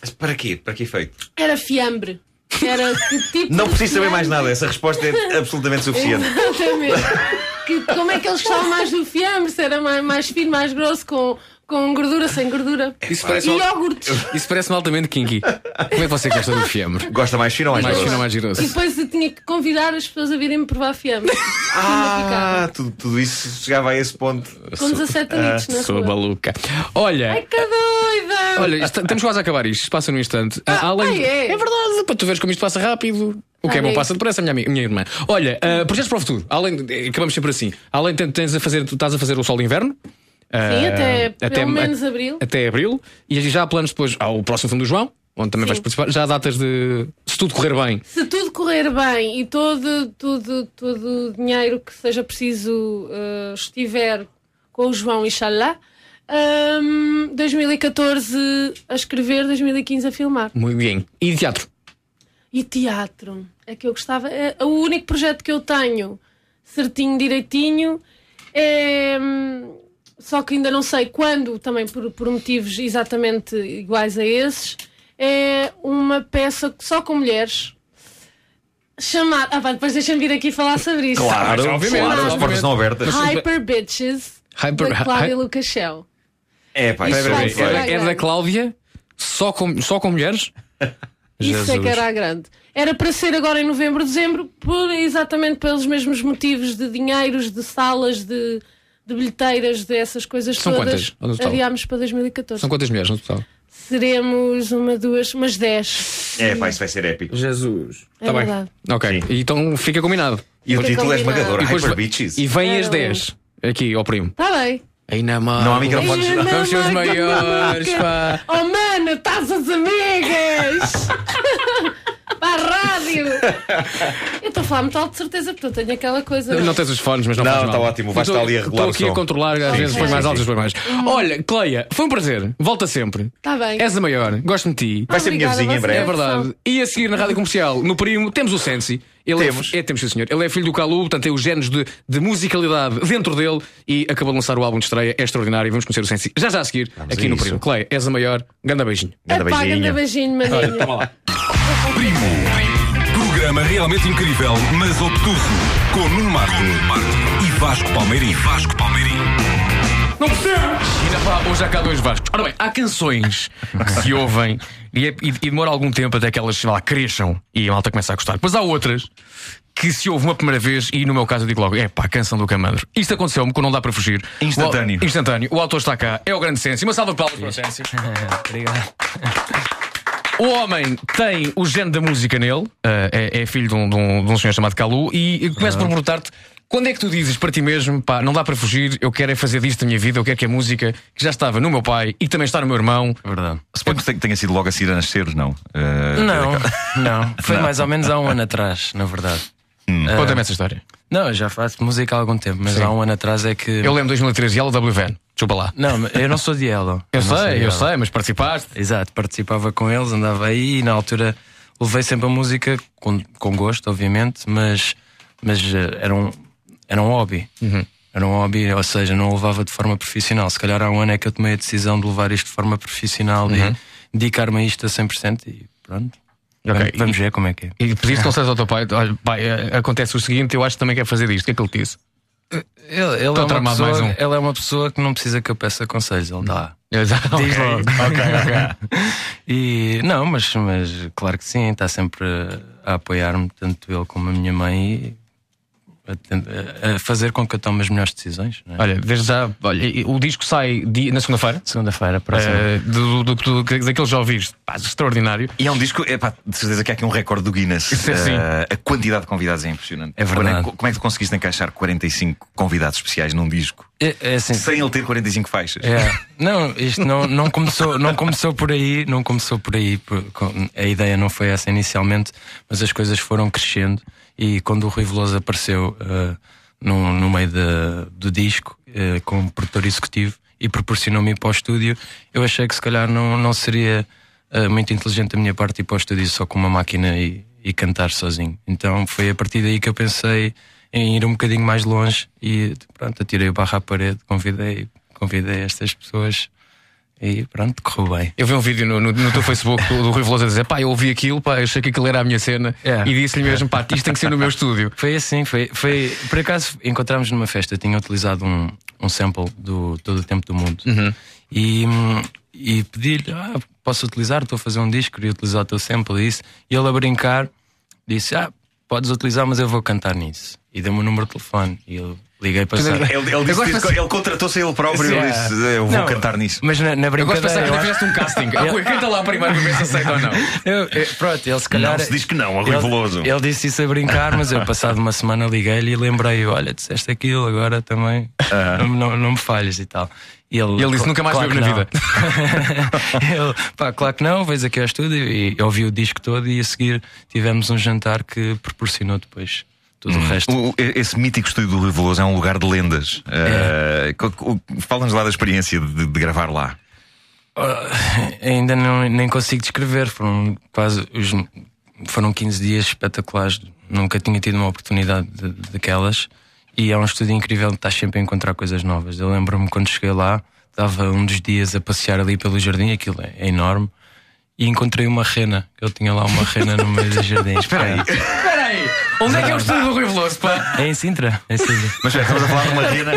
[SPEAKER 4] Mas para quê? Para que efeito?
[SPEAKER 3] Era fiambre. Era que tipo.
[SPEAKER 4] Não
[SPEAKER 3] de
[SPEAKER 4] preciso saber mais
[SPEAKER 3] fiambre?
[SPEAKER 4] nada, essa resposta é
[SPEAKER 3] [LAUGHS]
[SPEAKER 4] absolutamente suficiente.
[SPEAKER 3] Exatamente. Que, como é que eles gostavam mais do fiambre? Se era mais, mais fino, mais grosso, com, Com gordura, sem gordura.
[SPEAKER 2] Isso parece,
[SPEAKER 3] e
[SPEAKER 2] mal-
[SPEAKER 3] iogurtes.
[SPEAKER 2] Isso parece-me altamente kinky. Como é que você gosta do fiambre?
[SPEAKER 4] Gosta mais fino ou mais
[SPEAKER 2] Mais
[SPEAKER 4] grosso?
[SPEAKER 2] fino ou mais
[SPEAKER 3] E
[SPEAKER 2] giroso?
[SPEAKER 3] depois eu tinha que convidar as pessoas a virem-me provar fiambre.
[SPEAKER 4] Ah, tudo, tudo isso chegava a esse ponto.
[SPEAKER 3] Com 17 anitos na
[SPEAKER 2] Ah, [LAUGHS] Sou
[SPEAKER 3] rua.
[SPEAKER 2] maluca. Olha,
[SPEAKER 3] Ai, que doida!
[SPEAKER 2] olha, está- estamos quase a acabar isto. Isto passa num instante. Ah,
[SPEAKER 3] ai, é.
[SPEAKER 2] verdade, para tu veres como isto passa rápido. O que é
[SPEAKER 3] Ai,
[SPEAKER 2] bom
[SPEAKER 3] é.
[SPEAKER 2] passa depressa, minha, ami- minha irmã. Olha, ah, projetos para o futuro. Além, de- acabamos sempre assim. Além de tens a fazer, tu estás a fazer o sol de inverno.
[SPEAKER 3] Sim,
[SPEAKER 2] Ah,
[SPEAKER 3] até pelo menos
[SPEAKER 2] a-
[SPEAKER 3] abril.
[SPEAKER 2] Até abril. E já há planos depois ao próximo filme do João, onde também vais participar. Já há datas de. Se tudo correr bem,
[SPEAKER 3] Se tudo correr bem e todo, todo, todo o dinheiro que seja preciso eh, estiver com o João, inshallah, hum, 2014 a escrever, 2015 a filmar.
[SPEAKER 2] muito bem. E de teatro?
[SPEAKER 3] E teatro. É que eu gostava. É, o único projeto que eu tenho, certinho, direitinho, é. hum, Só que ainda não sei quando, também por, por motivos exatamente iguais a esses, é uma peça só com mulheres. Chamar. Ah, pá, depois deixa-me vir aqui falar sobre isso.
[SPEAKER 4] Claro,
[SPEAKER 2] Mas, obviamente,
[SPEAKER 4] claro, as
[SPEAKER 2] obviamente.
[SPEAKER 4] portas estão abertas.
[SPEAKER 3] Hyper Bitches.
[SPEAKER 2] Hyper-
[SPEAKER 3] da Cláudia
[SPEAKER 2] hi-
[SPEAKER 3] Lucachel.
[SPEAKER 4] É, pá,
[SPEAKER 3] Isso
[SPEAKER 4] isso
[SPEAKER 3] Ah, vai
[SPEAKER 4] é
[SPEAKER 3] ser
[SPEAKER 4] feio.
[SPEAKER 3] bem.
[SPEAKER 2] É da Cláudia, só com, só com mulheres?
[SPEAKER 3] Isso é que era a grande. Era para ser agora em novembro, dezembro, por, exatamente pelos mesmos motivos de dinheiros, de salas, de, de bilheteiras, dessas coisas
[SPEAKER 2] São
[SPEAKER 3] todas.
[SPEAKER 2] quantas, no total?
[SPEAKER 3] Adiámos para 2014.
[SPEAKER 2] São quantas mulheres no total?
[SPEAKER 3] Seremos uma, duas, umas dez.
[SPEAKER 4] É, pá, isso vai ser épico.
[SPEAKER 2] Jesus. Tá
[SPEAKER 3] É
[SPEAKER 2] bem.
[SPEAKER 3] verdade.
[SPEAKER 2] Ok, então fica combinado.
[SPEAKER 4] E o
[SPEAKER 3] Fica
[SPEAKER 4] título é
[SPEAKER 3] combinado.
[SPEAKER 4] esmagador:
[SPEAKER 2] E depois
[SPEAKER 4] Hyper
[SPEAKER 2] vai-
[SPEAKER 4] Bitches.
[SPEAKER 2] E vem
[SPEAKER 3] Era
[SPEAKER 2] às 10 aqui ao primo.
[SPEAKER 3] Está Tá bem.
[SPEAKER 2] Aí na mão.
[SPEAKER 4] Não há microfones,
[SPEAKER 3] Ai,
[SPEAKER 4] não.
[SPEAKER 3] mamãe,
[SPEAKER 2] Os seus
[SPEAKER 3] que
[SPEAKER 2] maiores,
[SPEAKER 3] maluca.
[SPEAKER 2] pá.
[SPEAKER 3] Oh, mano, estás as amigas! [LAUGHS] Para a rádio! Eu estou a falar muito alto, de certeza, porque eu tenho aquela coisa.
[SPEAKER 2] Não tens os fones, mas não,
[SPEAKER 4] Não,
[SPEAKER 2] faz mal.
[SPEAKER 4] está ótimo, vais estar ali a
[SPEAKER 2] Estou
[SPEAKER 4] regular o
[SPEAKER 2] aqui
[SPEAKER 4] som.
[SPEAKER 2] a controlar, às
[SPEAKER 4] Sim,
[SPEAKER 2] vezes
[SPEAKER 4] sim,
[SPEAKER 2] foi mais
[SPEAKER 4] sim,
[SPEAKER 2] alto,
[SPEAKER 4] sim.
[SPEAKER 2] depois mais. Olha, Cleia, foi um prazer. Volta sempre.
[SPEAKER 3] Está Tá bem.
[SPEAKER 2] És a maior, gosto de ti.
[SPEAKER 4] Vai ser minha
[SPEAKER 3] Obrigada,
[SPEAKER 4] vizinha em
[SPEAKER 3] vocês
[SPEAKER 2] É
[SPEAKER 4] breve.
[SPEAKER 2] verdade. E a seguir na rádio comercial, no primo, temos o Sensi. Ele
[SPEAKER 4] Temos.
[SPEAKER 2] É, é, temos, sim, senhor. Ele é filho do Calu, portanto, tem os genes de, de musicalidade dentro dele e acabou de lançar o álbum de estreia. É extraordinário. Vamos conhecer o Sensi já já a seguir,
[SPEAKER 4] Vamos
[SPEAKER 2] aqui
[SPEAKER 4] a
[SPEAKER 2] no
[SPEAKER 4] isso.
[SPEAKER 2] primo. Cleia, és a maior. Ganda beijinho.
[SPEAKER 4] Ganda
[SPEAKER 3] Apaga
[SPEAKER 4] beijinho.
[SPEAKER 3] da beijinho, maninho.
[SPEAKER 1] Primo. Programa realmente incrível, mas obtuso. Com Nuno Marco, e Vasco Palmeirim. Vasco Palmeirim.
[SPEAKER 2] Não percebo! Ainda pá, hoje há cá dois Vascos. Ora bem, há canções que se ouvem e, é- e- e demora algum tempo até que elas sei lá, cresçam e a malta começa a gostar. Depois há outras que se ouve uma primeira vez e no meu caso eu digo logo: é pá, canção do Camandro. Isto aconteceu-me quando não dá para fugir.
[SPEAKER 4] Instantâneo.
[SPEAKER 2] O, instantâneo. O autor está cá, é o grande Sensi. Uma salva de palmas para o Sensi.
[SPEAKER 17] Obrigado.
[SPEAKER 2] O homem tem o género da música nele, eh, é, é filho de um, de um- de um senhor chamado Calu, e eu começo por perguntar-te. Quando é que tu dizes para ti mesmo, pá, não dá para fugir, eu quero é fazer disto da minha vida, eu quero que a música, que já estava no meu pai e que também está no meu irmão.
[SPEAKER 12] É verdade. Suponho que tenha sido logo a Cira Nasceres, não? Uh,
[SPEAKER 19] Não, não. Foi
[SPEAKER 12] Não.
[SPEAKER 19] mais ou menos há um ano atrás, na verdade. Ah,
[SPEAKER 2] Hum. Conta-me essa história.
[SPEAKER 19] Não, eu já faço música há algum tempo, mas
[SPEAKER 2] Sim.
[SPEAKER 19] há um ano atrás é que.
[SPEAKER 2] Eu lembro de 2013, Yellow WVN, desculpa lá.
[SPEAKER 19] Não, [LAUGHS] eu não sou de Yellow. não
[SPEAKER 2] Eu sei,
[SPEAKER 19] sou de
[SPEAKER 2] eu
[SPEAKER 19] Yellow.
[SPEAKER 2] sei, mas participaste.
[SPEAKER 19] Exato, participava com eles, andava aí e na altura levei sempre a música com, com gosto, obviamente, mas, mas eh, era, um, era um hobby. Era um hobby, ou seja, não o levava de forma profissional. Se calhar há um ano é que eu tomei a decisão de levar isto de forma profissional
[SPEAKER 2] Uhum.
[SPEAKER 19] e dedicar-me a isto a 100% e pronto.
[SPEAKER 2] Ok,
[SPEAKER 19] Vamos
[SPEAKER 2] e-
[SPEAKER 19] ver como é que é.
[SPEAKER 2] E pediste conselhos ao teu pai, olha, pai, eh, acontece o seguinte, eu acho que também quero fazer disto, o que é que ele te disse?
[SPEAKER 19] Ele, ele é
[SPEAKER 2] Estou a
[SPEAKER 19] uma
[SPEAKER 2] tramar
[SPEAKER 19] pessoa,
[SPEAKER 2] mais um.
[SPEAKER 19] ele é uma pessoa que não precisa que eu peça conselhos, ele dá. Diz
[SPEAKER 2] [LAUGHS] ok.
[SPEAKER 19] logo.
[SPEAKER 2] Ok, ok.
[SPEAKER 19] e não, mas, mas claro que sim, está sempre a apoiar-me, tanto ele como a minha mãe, e a ten- a, a fazer com que eu tome as melhores decisões. não é?
[SPEAKER 2] Olha, desde já, olha, e- o disco sai di- na segunda-feira.
[SPEAKER 19] Segunda-feira, próxima.
[SPEAKER 2] Eh, do, do, do, que- daquele que já ouviste, pá, extraordinário.
[SPEAKER 12] E é um disco, epá, de certeza que há aqui um recorde do Guinness.
[SPEAKER 2] Sim,
[SPEAKER 12] Eh,
[SPEAKER 2] sim.
[SPEAKER 12] a quantidade de convidados é impressionante.
[SPEAKER 19] É verdade.
[SPEAKER 12] Quando é que- como é que tu conseguiste encaixar 45 convidados especiais num disco?
[SPEAKER 19] É, é assim,
[SPEAKER 12] Sem ele ter 45 faixas.
[SPEAKER 19] É. Não, isto não, não, começou, não começou por aí, não começou por aí. por- com- a ideia não foi essa inicialmente, mas as coisas foram crescendo e quando o Rui Veloso apareceu eh, no, no meio da- do disco eh, como produtor executivo e proporcionou-me ir para o estúdio, eu achei que se calhar não, não seria eh, muito inteligente da minha parte ir para o estúdio só com uma máquina e, e cantar sozinho. Então foi a partir daí que eu pensei em ir um bocadinho mais longe e pronto, atirei o barra à parede, convidei, convidei estas pessoas e pronto, correu bem.
[SPEAKER 2] Eu vi um vídeo no, no, no teu Facebook do, do Rui Veloso a dizer: pá, eu ouvi aquilo, pá, eu achei que aquilo era a minha cena
[SPEAKER 19] É.
[SPEAKER 2] e disse-lhe mesmo: pá, isto tem que ser no meu estúdio.
[SPEAKER 19] Foi assim, foi, foi. Por acaso encontramos numa festa, eu tinha utilizado um, um sample do Todo o Tempo do Mundo.
[SPEAKER 4] Uhum.
[SPEAKER 19] E, hum, e pedi-lhe: ah, posso utilizar? Estou a fazer um disco, queria utilizar o teu sample e isso. E ele a brincar disse: ah, podes utilizar, mas eu vou cantar nisso. E deu-me o número de telefone. E eu liguei para
[SPEAKER 4] Ele,
[SPEAKER 19] Sara.
[SPEAKER 4] ele, disse-
[SPEAKER 19] Eu gosto-
[SPEAKER 4] ele contratou-se ele próprio.
[SPEAKER 19] Sim.
[SPEAKER 4] Ele é disse: Eu vou
[SPEAKER 19] Não,
[SPEAKER 4] cantar nisso.
[SPEAKER 19] Mas na, na
[SPEAKER 4] Eu gosto
[SPEAKER 19] brincadeira.
[SPEAKER 4] de pensar que
[SPEAKER 19] eu
[SPEAKER 4] até
[SPEAKER 19] acho-
[SPEAKER 4] fizeste um casting. Ah, Rui, canta lá primeiro para ver se aceita ou não.
[SPEAKER 19] [LAUGHS] Eu- eu- pronto, ele se calhar.
[SPEAKER 4] Não se diz que
[SPEAKER 12] é
[SPEAKER 4] não, a Rui
[SPEAKER 19] ele-
[SPEAKER 4] Veloso.
[SPEAKER 19] Ele disse isso a brincar, mas eu, passado uma semana, liguei-lhe e lembrei: olha, disseste aquilo, agora também não, não, não me falhas e tal. E ele,
[SPEAKER 2] E ele disse, "Nunca mais
[SPEAKER 19] claro
[SPEAKER 2] bebo
[SPEAKER 19] que
[SPEAKER 2] na
[SPEAKER 19] não." [LAUGHS] ele, pá, claro que não, veio aqui ao estúdio e ouvi o disco todo e a seguir tivemos um jantar que proporcionou depois tudo o
[SPEAKER 4] Hum.
[SPEAKER 19] resto.
[SPEAKER 4] O- esse mítico estúdio do Rui Veloso é um lugar de lendas.
[SPEAKER 19] É.
[SPEAKER 4] Eh, co- co- Fala-nos lá da experiência de, de gravar lá.
[SPEAKER 19] Ah, ainda não, nem consigo descrever. Foram quase os, foram 15 dias espetaculares. Nunca tinha tido uma oportunidade de- daquelas. E é um estúdio incrível, estás sempre a encontrar coisas novas. Eu lembro-me quando cheguei lá, dava um dos dias a passear ali pelo jardim, aquilo é enorme. E encontrei uma rena. Eu tinha lá uma rena no meio do
[SPEAKER 4] [LAUGHS]
[SPEAKER 19] jardim. Espera aí.
[SPEAKER 2] Espera aí, onde é que é o estúdio do Rui Veloso, pá?
[SPEAKER 19] É em Sintra. É em Sintra.
[SPEAKER 4] Mas já estamos a falar de uma rena,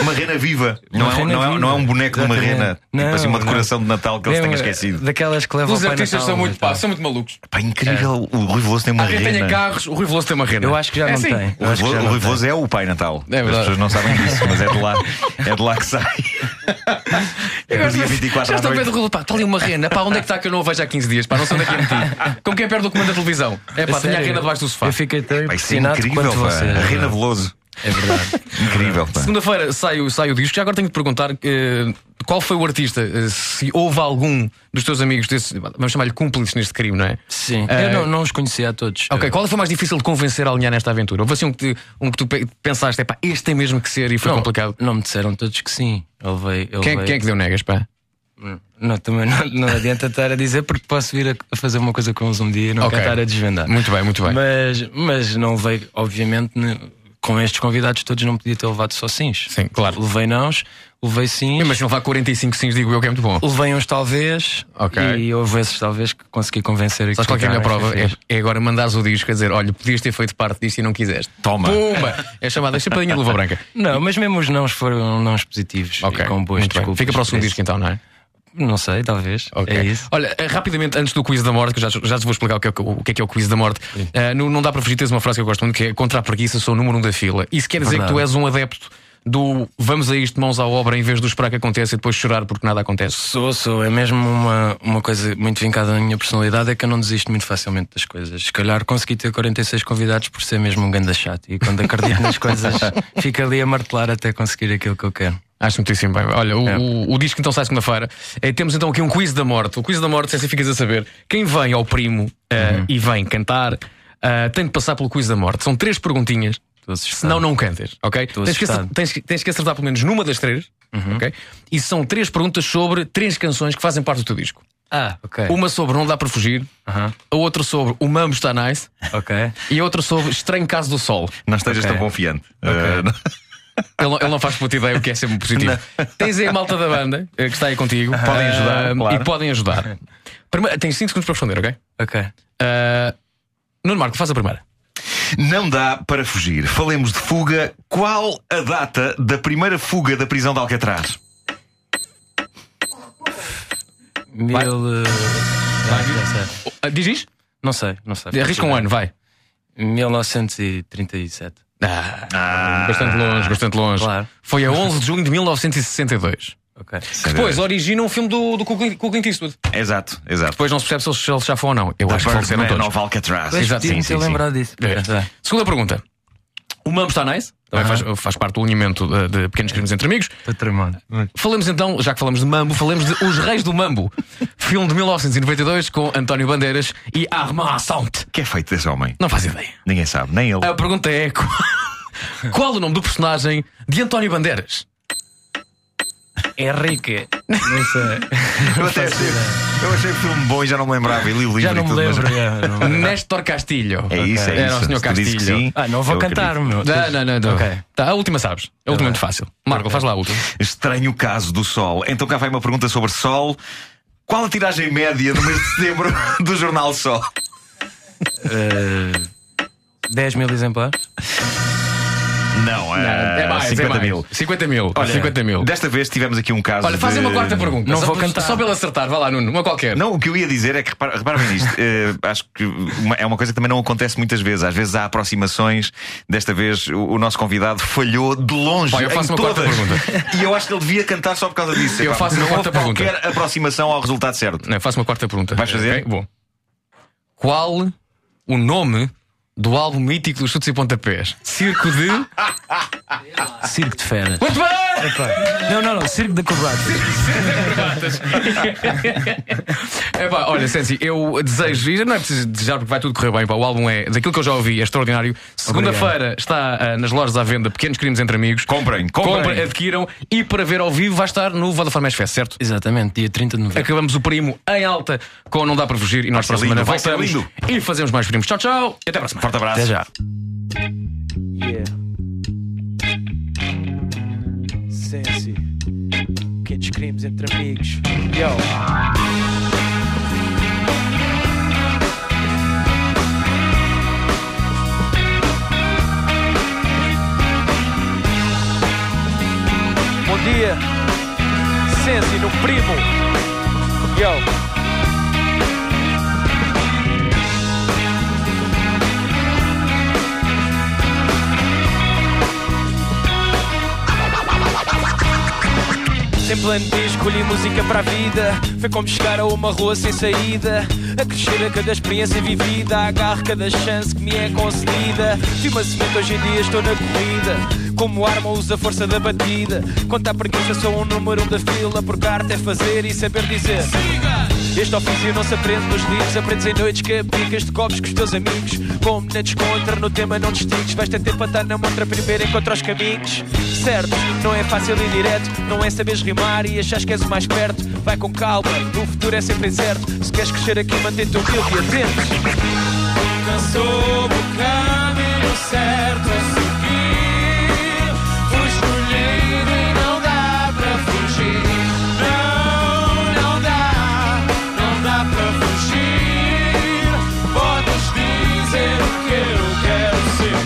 [SPEAKER 4] uma rena viva.
[SPEAKER 19] Uma
[SPEAKER 4] Não, é, um-
[SPEAKER 19] rena
[SPEAKER 4] não, é,
[SPEAKER 19] viva.
[SPEAKER 4] não é um boneco de uma
[SPEAKER 19] Exatamente.
[SPEAKER 4] rena. tipo
[SPEAKER 19] Não,
[SPEAKER 4] assim, uma
[SPEAKER 19] não.
[SPEAKER 4] decoração de Natal que eles
[SPEAKER 19] É
[SPEAKER 4] tenham
[SPEAKER 19] uma-
[SPEAKER 4] esquecido.
[SPEAKER 19] Daquelas que levam
[SPEAKER 2] Os
[SPEAKER 19] ao Pai
[SPEAKER 2] artistas
[SPEAKER 19] Natal
[SPEAKER 2] são
[SPEAKER 19] e
[SPEAKER 2] muito,
[SPEAKER 19] tal.
[SPEAKER 2] pá, são muito malucos.
[SPEAKER 19] É.
[SPEAKER 4] Pá, incrível. O Rui Veloso tem uma
[SPEAKER 19] Ah,
[SPEAKER 2] Há quem
[SPEAKER 4] rena.
[SPEAKER 2] tenha carros, o Rui Veloso tem uma rena.
[SPEAKER 19] Eu acho que já
[SPEAKER 2] É
[SPEAKER 19] não
[SPEAKER 2] assim.
[SPEAKER 19] tem.
[SPEAKER 4] O Rui
[SPEAKER 19] acho que já
[SPEAKER 4] Veloso- o
[SPEAKER 19] não
[SPEAKER 4] Rui Veloso é o Pai Natal. As
[SPEAKER 2] verdade.
[SPEAKER 4] pessoas não sabem disso, mas é de lá, é de lá
[SPEAKER 19] [LAUGHS]
[SPEAKER 4] que sai. É
[SPEAKER 2] Eu
[SPEAKER 4] do
[SPEAKER 2] gosto
[SPEAKER 4] dia
[SPEAKER 2] de-
[SPEAKER 4] 24
[SPEAKER 2] já
[SPEAKER 4] à
[SPEAKER 2] estou
[SPEAKER 4] noite.
[SPEAKER 2] Pedro Rolo, pá, está ali uma rena, pá, onde é que está que eu não a vejo há 15 dias, pá, não sei onde é que
[SPEAKER 19] [LAUGHS]
[SPEAKER 2] é meti. Como quem perde o comando da televisão. É pá,
[SPEAKER 19] A
[SPEAKER 2] tenho a
[SPEAKER 19] sério?
[SPEAKER 2] rena debaixo do sofá.
[SPEAKER 19] Eu fiquei tão
[SPEAKER 4] Vai ser
[SPEAKER 19] impressionado
[SPEAKER 4] incrível,
[SPEAKER 19] quanto
[SPEAKER 4] pá.
[SPEAKER 19] vocês.
[SPEAKER 4] A rena Veloso.
[SPEAKER 19] É verdade.
[SPEAKER 4] Incrível, pá.
[SPEAKER 2] Segunda-feira sai, o- sai o disco. Já agora tenho de perguntar eh, qual foi o artista, eh, se houve algum dos teus amigos desse, vamos chamar-lhe cúmplices neste crime, não [LAUGHS] é?
[SPEAKER 19] Sim.
[SPEAKER 2] Eh,
[SPEAKER 19] Eu não, não os conhecia a todos.
[SPEAKER 2] Ok, qual foi mais difícil de convencer a alinhar nesta aventura? Houve assim um que, te- um que tu pe- pensaste, é pá, este tem mesmo que ser e foi
[SPEAKER 19] Não,
[SPEAKER 2] complicado.
[SPEAKER 19] Não me disseram todos que sim. Eu levei, eu
[SPEAKER 2] Quem,
[SPEAKER 19] levei-
[SPEAKER 2] quem é que deu negas, pá?
[SPEAKER 19] Não, também não, não adianta estar a dizer porque posso vir a- a fazer uma coisa com eles um dia e não
[SPEAKER 2] Ok.
[SPEAKER 19] quero estar a desvendar.
[SPEAKER 2] Muito bem, muito bem.
[SPEAKER 19] Mas, mas não levei, obviamente, ne- com estes convidados todos não podia ter levado só sims. Sim, claro. Levei nãos, levei sims.
[SPEAKER 2] Mas se levar 45 sims, digo eu que é muito bom.
[SPEAKER 19] Levei uns talvez
[SPEAKER 2] Ok.
[SPEAKER 19] e houve esses talvez que consegui convencer.
[SPEAKER 2] Sabes qual que é a minha prova?
[SPEAKER 19] É,
[SPEAKER 2] É, é agora mandares o disco a dizer: olha, podias ter feito parte disto e não quiseste. Toma! Pumba! É chamada chapadinha de luva branca.
[SPEAKER 19] Não, mas mesmo os nãos foram nãos positivos
[SPEAKER 2] Ok.
[SPEAKER 19] e com boas
[SPEAKER 2] muito bem.
[SPEAKER 19] desculpas.
[SPEAKER 2] Fica para o segundo disco então, não é?
[SPEAKER 19] Não sei, talvez. É isso.
[SPEAKER 2] Olha, eh, rapidamente, antes do quiz da morte, que eu já, já te vou explicar o que é, que- o que é que é o quiz da morte, eh, no- não dá para fugir, tens uma frase que eu gosto muito que é contra a preguiça, sou o número um da fila. Isso quer dizer
[SPEAKER 19] Verdade.
[SPEAKER 2] que tu és um adepto do vamos a isto, mãos à obra, em vez do esperar que aconteça e depois chorar porque nada acontece.
[SPEAKER 19] Sou, sou. É mesmo uma, uma coisa muito vincada na minha personalidade, é que eu não desisto muito facilmente das coisas. Se calhar consegui ter 46 convidados por ser mesmo um ganda chato. E quando acredito nas
[SPEAKER 2] [LAUGHS]
[SPEAKER 19] coisas, fico ali a martelar até conseguir aquilo que eu quero.
[SPEAKER 2] Acho muitíssimo bem. Olha,
[SPEAKER 19] É.
[SPEAKER 2] o, o- o disco então sai segunda-feira. Eh, temos então aqui um quiz da morte. O quiz da morte, se assim ficas a saber, quem vem ao primo eh,
[SPEAKER 19] Uhum.
[SPEAKER 2] e vem cantar, eh, tem de passar pelo quiz da morte. São três perguntinhas. Senão não cantas, ok? Tens que, acer-
[SPEAKER 19] assustado. Uhum.
[SPEAKER 2] tens que- tens que acertar pelo menos numa das três, ok? E são três perguntas sobre três canções que fazem parte do teu disco.
[SPEAKER 19] Ah, ok.
[SPEAKER 2] Uma sobre Não Dá para Fugir, a outra sobre O Mambo Está Nice
[SPEAKER 19] Ok.
[SPEAKER 2] e a outra sobre Estranho Caso do Sol.
[SPEAKER 4] Não estejas
[SPEAKER 2] Ok.
[SPEAKER 4] tão confiante. Eh, não-
[SPEAKER 2] Ele, não- ele não faz puta ideia o que é ser positivo. Tens aí a malta da banda eh, que está aí contigo. Podem
[SPEAKER 19] ajudar, claro.
[SPEAKER 2] E podem ajudar. Primeiro, tens 5 segundos para responder, ok?
[SPEAKER 19] Ok.
[SPEAKER 2] Ah, Nuno Marco, faz a primeira.
[SPEAKER 4] Não dá para fugir. Falemos de fuga. Qual a data da primeira fuga da prisão de Alcatraz?
[SPEAKER 19] Mil. eh, ah, já sei.
[SPEAKER 2] Diz isso?
[SPEAKER 19] Não sei, não sei.
[SPEAKER 2] Arrisca um ano, vai.
[SPEAKER 19] 1937.
[SPEAKER 2] Bastante longe, bastante longe.
[SPEAKER 19] Ah, Claro.
[SPEAKER 2] Foi a 11 de junho de 1962.
[SPEAKER 19] Ok.
[SPEAKER 2] Que depois origina um filme do, do Clint com o Clint Eastwood.
[SPEAKER 4] Exato, exato.
[SPEAKER 2] Depois não se percebe se eles, se eles já foram ou não. Eu
[SPEAKER 4] Da
[SPEAKER 2] acho que faleceram
[SPEAKER 4] Birdman
[SPEAKER 2] todos.
[SPEAKER 4] of né, Alcatraz.
[SPEAKER 19] Pois,
[SPEAKER 4] Exato,
[SPEAKER 19] tinha-me
[SPEAKER 4] sim, sim, sim.
[SPEAKER 19] lembrado disso.
[SPEAKER 2] É. Segunda pergunta. O Mambo está nice? Também
[SPEAKER 19] Aham.
[SPEAKER 2] faz, faz parte do alinhamento de, de pequenos crimes entre amigos.
[SPEAKER 19] Património.
[SPEAKER 2] Falemos então, já que falamos de Mambo, falemos de Os Reis do [LAUGHS] Mambo, filme de 1992 com António Bandeiras e Armand Assante.
[SPEAKER 4] que é feito desse homem?
[SPEAKER 2] Não faz ideia.
[SPEAKER 4] Ninguém sabe, nem ele.
[SPEAKER 2] A pergunta é: [LAUGHS] qual, qual o nome do personagem de António [LAUGHS] Bandeiras?
[SPEAKER 19] Henrique. Não
[SPEAKER 2] [LAUGHS]
[SPEAKER 19] sei.
[SPEAKER 4] Eu até achei, eu achei o filme bom e já não me lembrava. E li o livro
[SPEAKER 19] Já não
[SPEAKER 4] e
[SPEAKER 19] me
[SPEAKER 4] tudo, mas-
[SPEAKER 19] lembro. é, não me lembro.
[SPEAKER 2] Néstor Castilho.
[SPEAKER 4] É isso, é
[SPEAKER 2] Era
[SPEAKER 4] isso.
[SPEAKER 2] o senhor
[SPEAKER 4] Se tu dizes que
[SPEAKER 2] Castilho.
[SPEAKER 4] sim,
[SPEAKER 19] Ah, não vou
[SPEAKER 4] eu
[SPEAKER 19] cantar,
[SPEAKER 4] acredito.
[SPEAKER 19] meu.
[SPEAKER 2] Não, não, não. não.
[SPEAKER 19] Ok.
[SPEAKER 2] Tá, a última sabes. A última é muito fácil. Marco, faz lá a última.
[SPEAKER 4] Estranho caso do Sol. Então cá vai uma pergunta sobre Sol. Qual a tiragem média do mês de setembro [LAUGHS] do jornal Sol?
[SPEAKER 19] 10 mil exemplares?
[SPEAKER 12] Não, é,
[SPEAKER 2] Não, é mais, é
[SPEAKER 12] 50
[SPEAKER 2] mais.
[SPEAKER 12] mil.
[SPEAKER 2] 50 mil.
[SPEAKER 12] Olha,
[SPEAKER 2] 50 mil.
[SPEAKER 12] Desta vez tivemos aqui um caso.
[SPEAKER 2] Olha, fazem
[SPEAKER 12] de-
[SPEAKER 2] uma quarta pergunta. só, por- Só pelo acertar, vá lá, Nuno, uma qualquer.
[SPEAKER 12] Não, o que eu ia dizer é que, repara, repara bem nisto, [LAUGHS] eh, acho que uma- é uma coisa que também não acontece muitas vezes. Às vezes há aproximações. Desta vez o, o nosso convidado falhou de longe.
[SPEAKER 2] Pá, eu
[SPEAKER 12] em
[SPEAKER 2] faço uma
[SPEAKER 12] todas.
[SPEAKER 2] quarta pergunta.
[SPEAKER 12] [LAUGHS] E eu acho que ele devia cantar só por causa disso.
[SPEAKER 2] Eu
[SPEAKER 12] Epá,
[SPEAKER 2] faço uma
[SPEAKER 12] não houve
[SPEAKER 2] quarta pergunta.
[SPEAKER 12] qualquer aproximação ao resultado certo.
[SPEAKER 2] Não, eu faço uma quarta pergunta.
[SPEAKER 12] Vais fazer?
[SPEAKER 2] Ok, Bom. Qual o nome do álbum mítico dos chutes e pontapés?
[SPEAKER 12] [LAUGHS]
[SPEAKER 2] Circo de.
[SPEAKER 20] Circo de Fera.
[SPEAKER 2] Muito bem!
[SPEAKER 20] Não, não, não, Circo de Corbata.
[SPEAKER 2] É pá, olha, Sensi, eu desejo, e não é preciso desejar porque vai tudo correr bem, pá. O álbum é, daquilo que eu já ouvi, é extraordinário. Segunda-feira está ah, nas lojas à venda Pequenos Crimes Entre Amigos.
[SPEAKER 12] Comprem,
[SPEAKER 2] comprem.
[SPEAKER 20] comprem.
[SPEAKER 2] adquiram e para ver ao vivo vai estar no Vodafone Mais Fest, certo?
[SPEAKER 20] Exatamente, dia 30 de novembro.
[SPEAKER 2] Acabamos o primo em alta com Não Dá para Fugir e nós
[SPEAKER 20] ser
[SPEAKER 2] para a semana
[SPEAKER 20] lindo, vai ser
[SPEAKER 2] voltamos
[SPEAKER 20] lindo.
[SPEAKER 2] e fazemos mais primos. Tchau, tchau e até à próxima.
[SPEAKER 12] Forte abraço.
[SPEAKER 20] Até já.
[SPEAKER 21] Yeah. Sensi. Pequenos crimes entre amigos. Yo. Bom dia. Sensi no primo. Yo. Sem plano B escolhi música para a vida Foi como chegar a uma rua sem saída A crescer a cada experiência vivida Agarro cada chance que me é concedida Fui uma semente, hoje em dia estou na corrida Como arma uso a força da batida Quanto à preguiça sou um número um da fila Porque arte é fazer e saber dizer este ofício não se aprende nos livros, aprendes em noites que aplicas de copos com os teus amigos. Como na descontra, no tema não distingues. Vais ter tempo a estar na montra primeiro, encontra os caminhos. Certo, não é fácil e direto, não é saberes rimar e achas que és o mais perto. Vai com calma, o futuro é sempre incerto. Se queres crescer aqui, mantém-te humilde e atento.
[SPEAKER 22] Nunca soube o caminho certo a seguir. Fui escolhido e não dá pra fugir. Não, não dá, não dá pra fugir. Podes dizer o que eu quero ser.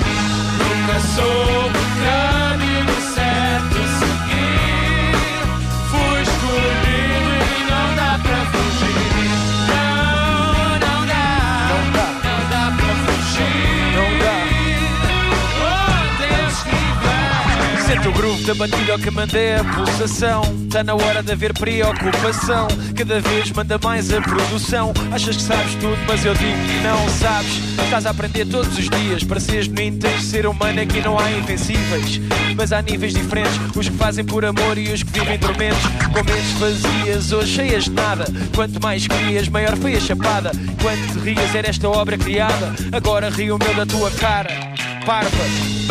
[SPEAKER 22] Nunca soube o caminho certo a seguir. Fui escolhido e não dá pra fugir. Não, não dá. Não dá. Não dá pra fugir. Não dá. Oh, Deus que
[SPEAKER 21] Sente o groove da batida que mandei a pulsação. Tá na hora de haver preocupação. Cada vez manda mais a produção. Achas que sabes tudo, mas eu digo que não sabes. Estás a aprender todos os dias. Para seres genuíno, tens de ser humano. Aqui não há invencíveis, mas há níveis diferentes. Os que fazem por amor e os que vivem tormentos. Com mentes vazias ou cheias de nada. Quanto mais crias, maior foi a chapada. Quanto te rias, era esta obra criada. Agora rio meu da tua cara parva,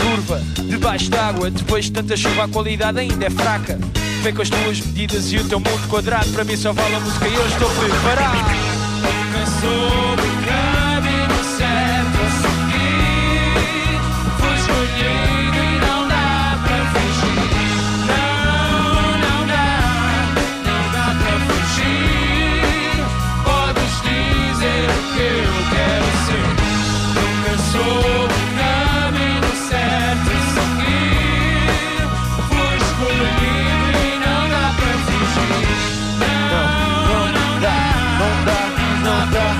[SPEAKER 21] curva, debaixo d'água. Depois de tanta chuva, a qualidade ainda é fraca. Vem com as tuas medidas e o teu mundo quadrado. Para mim só vale a música e eu estou preparado.
[SPEAKER 22] Nunca soube o caminho certo a seguir. Fui escolhido e não dá pra fugir. Não, não dá, não dá pra fugir. Podes dizer o que eu quero ser. Nunca soube o caminho certo a seguir. Fui escolhido e não dá pra fugir. Não, não dá, não dá, não dá.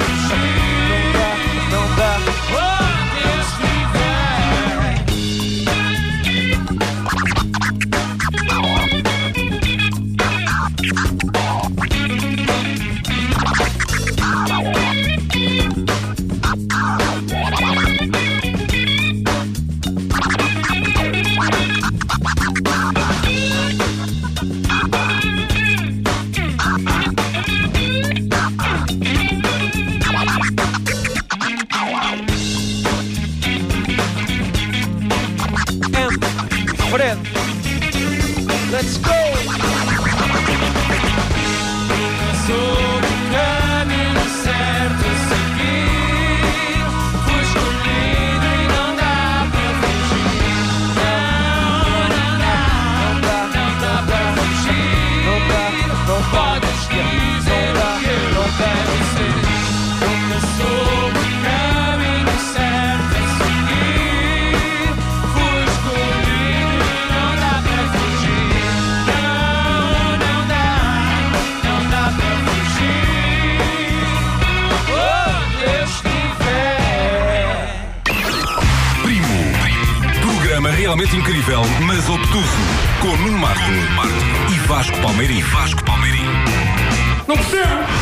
[SPEAKER 19] Oh,
[SPEAKER 1] Realmente incrível, mas obtuso. Com Nuno Marco, e Vasco Palmeirim. Vasco Palmeirim.
[SPEAKER 22] Não percebo!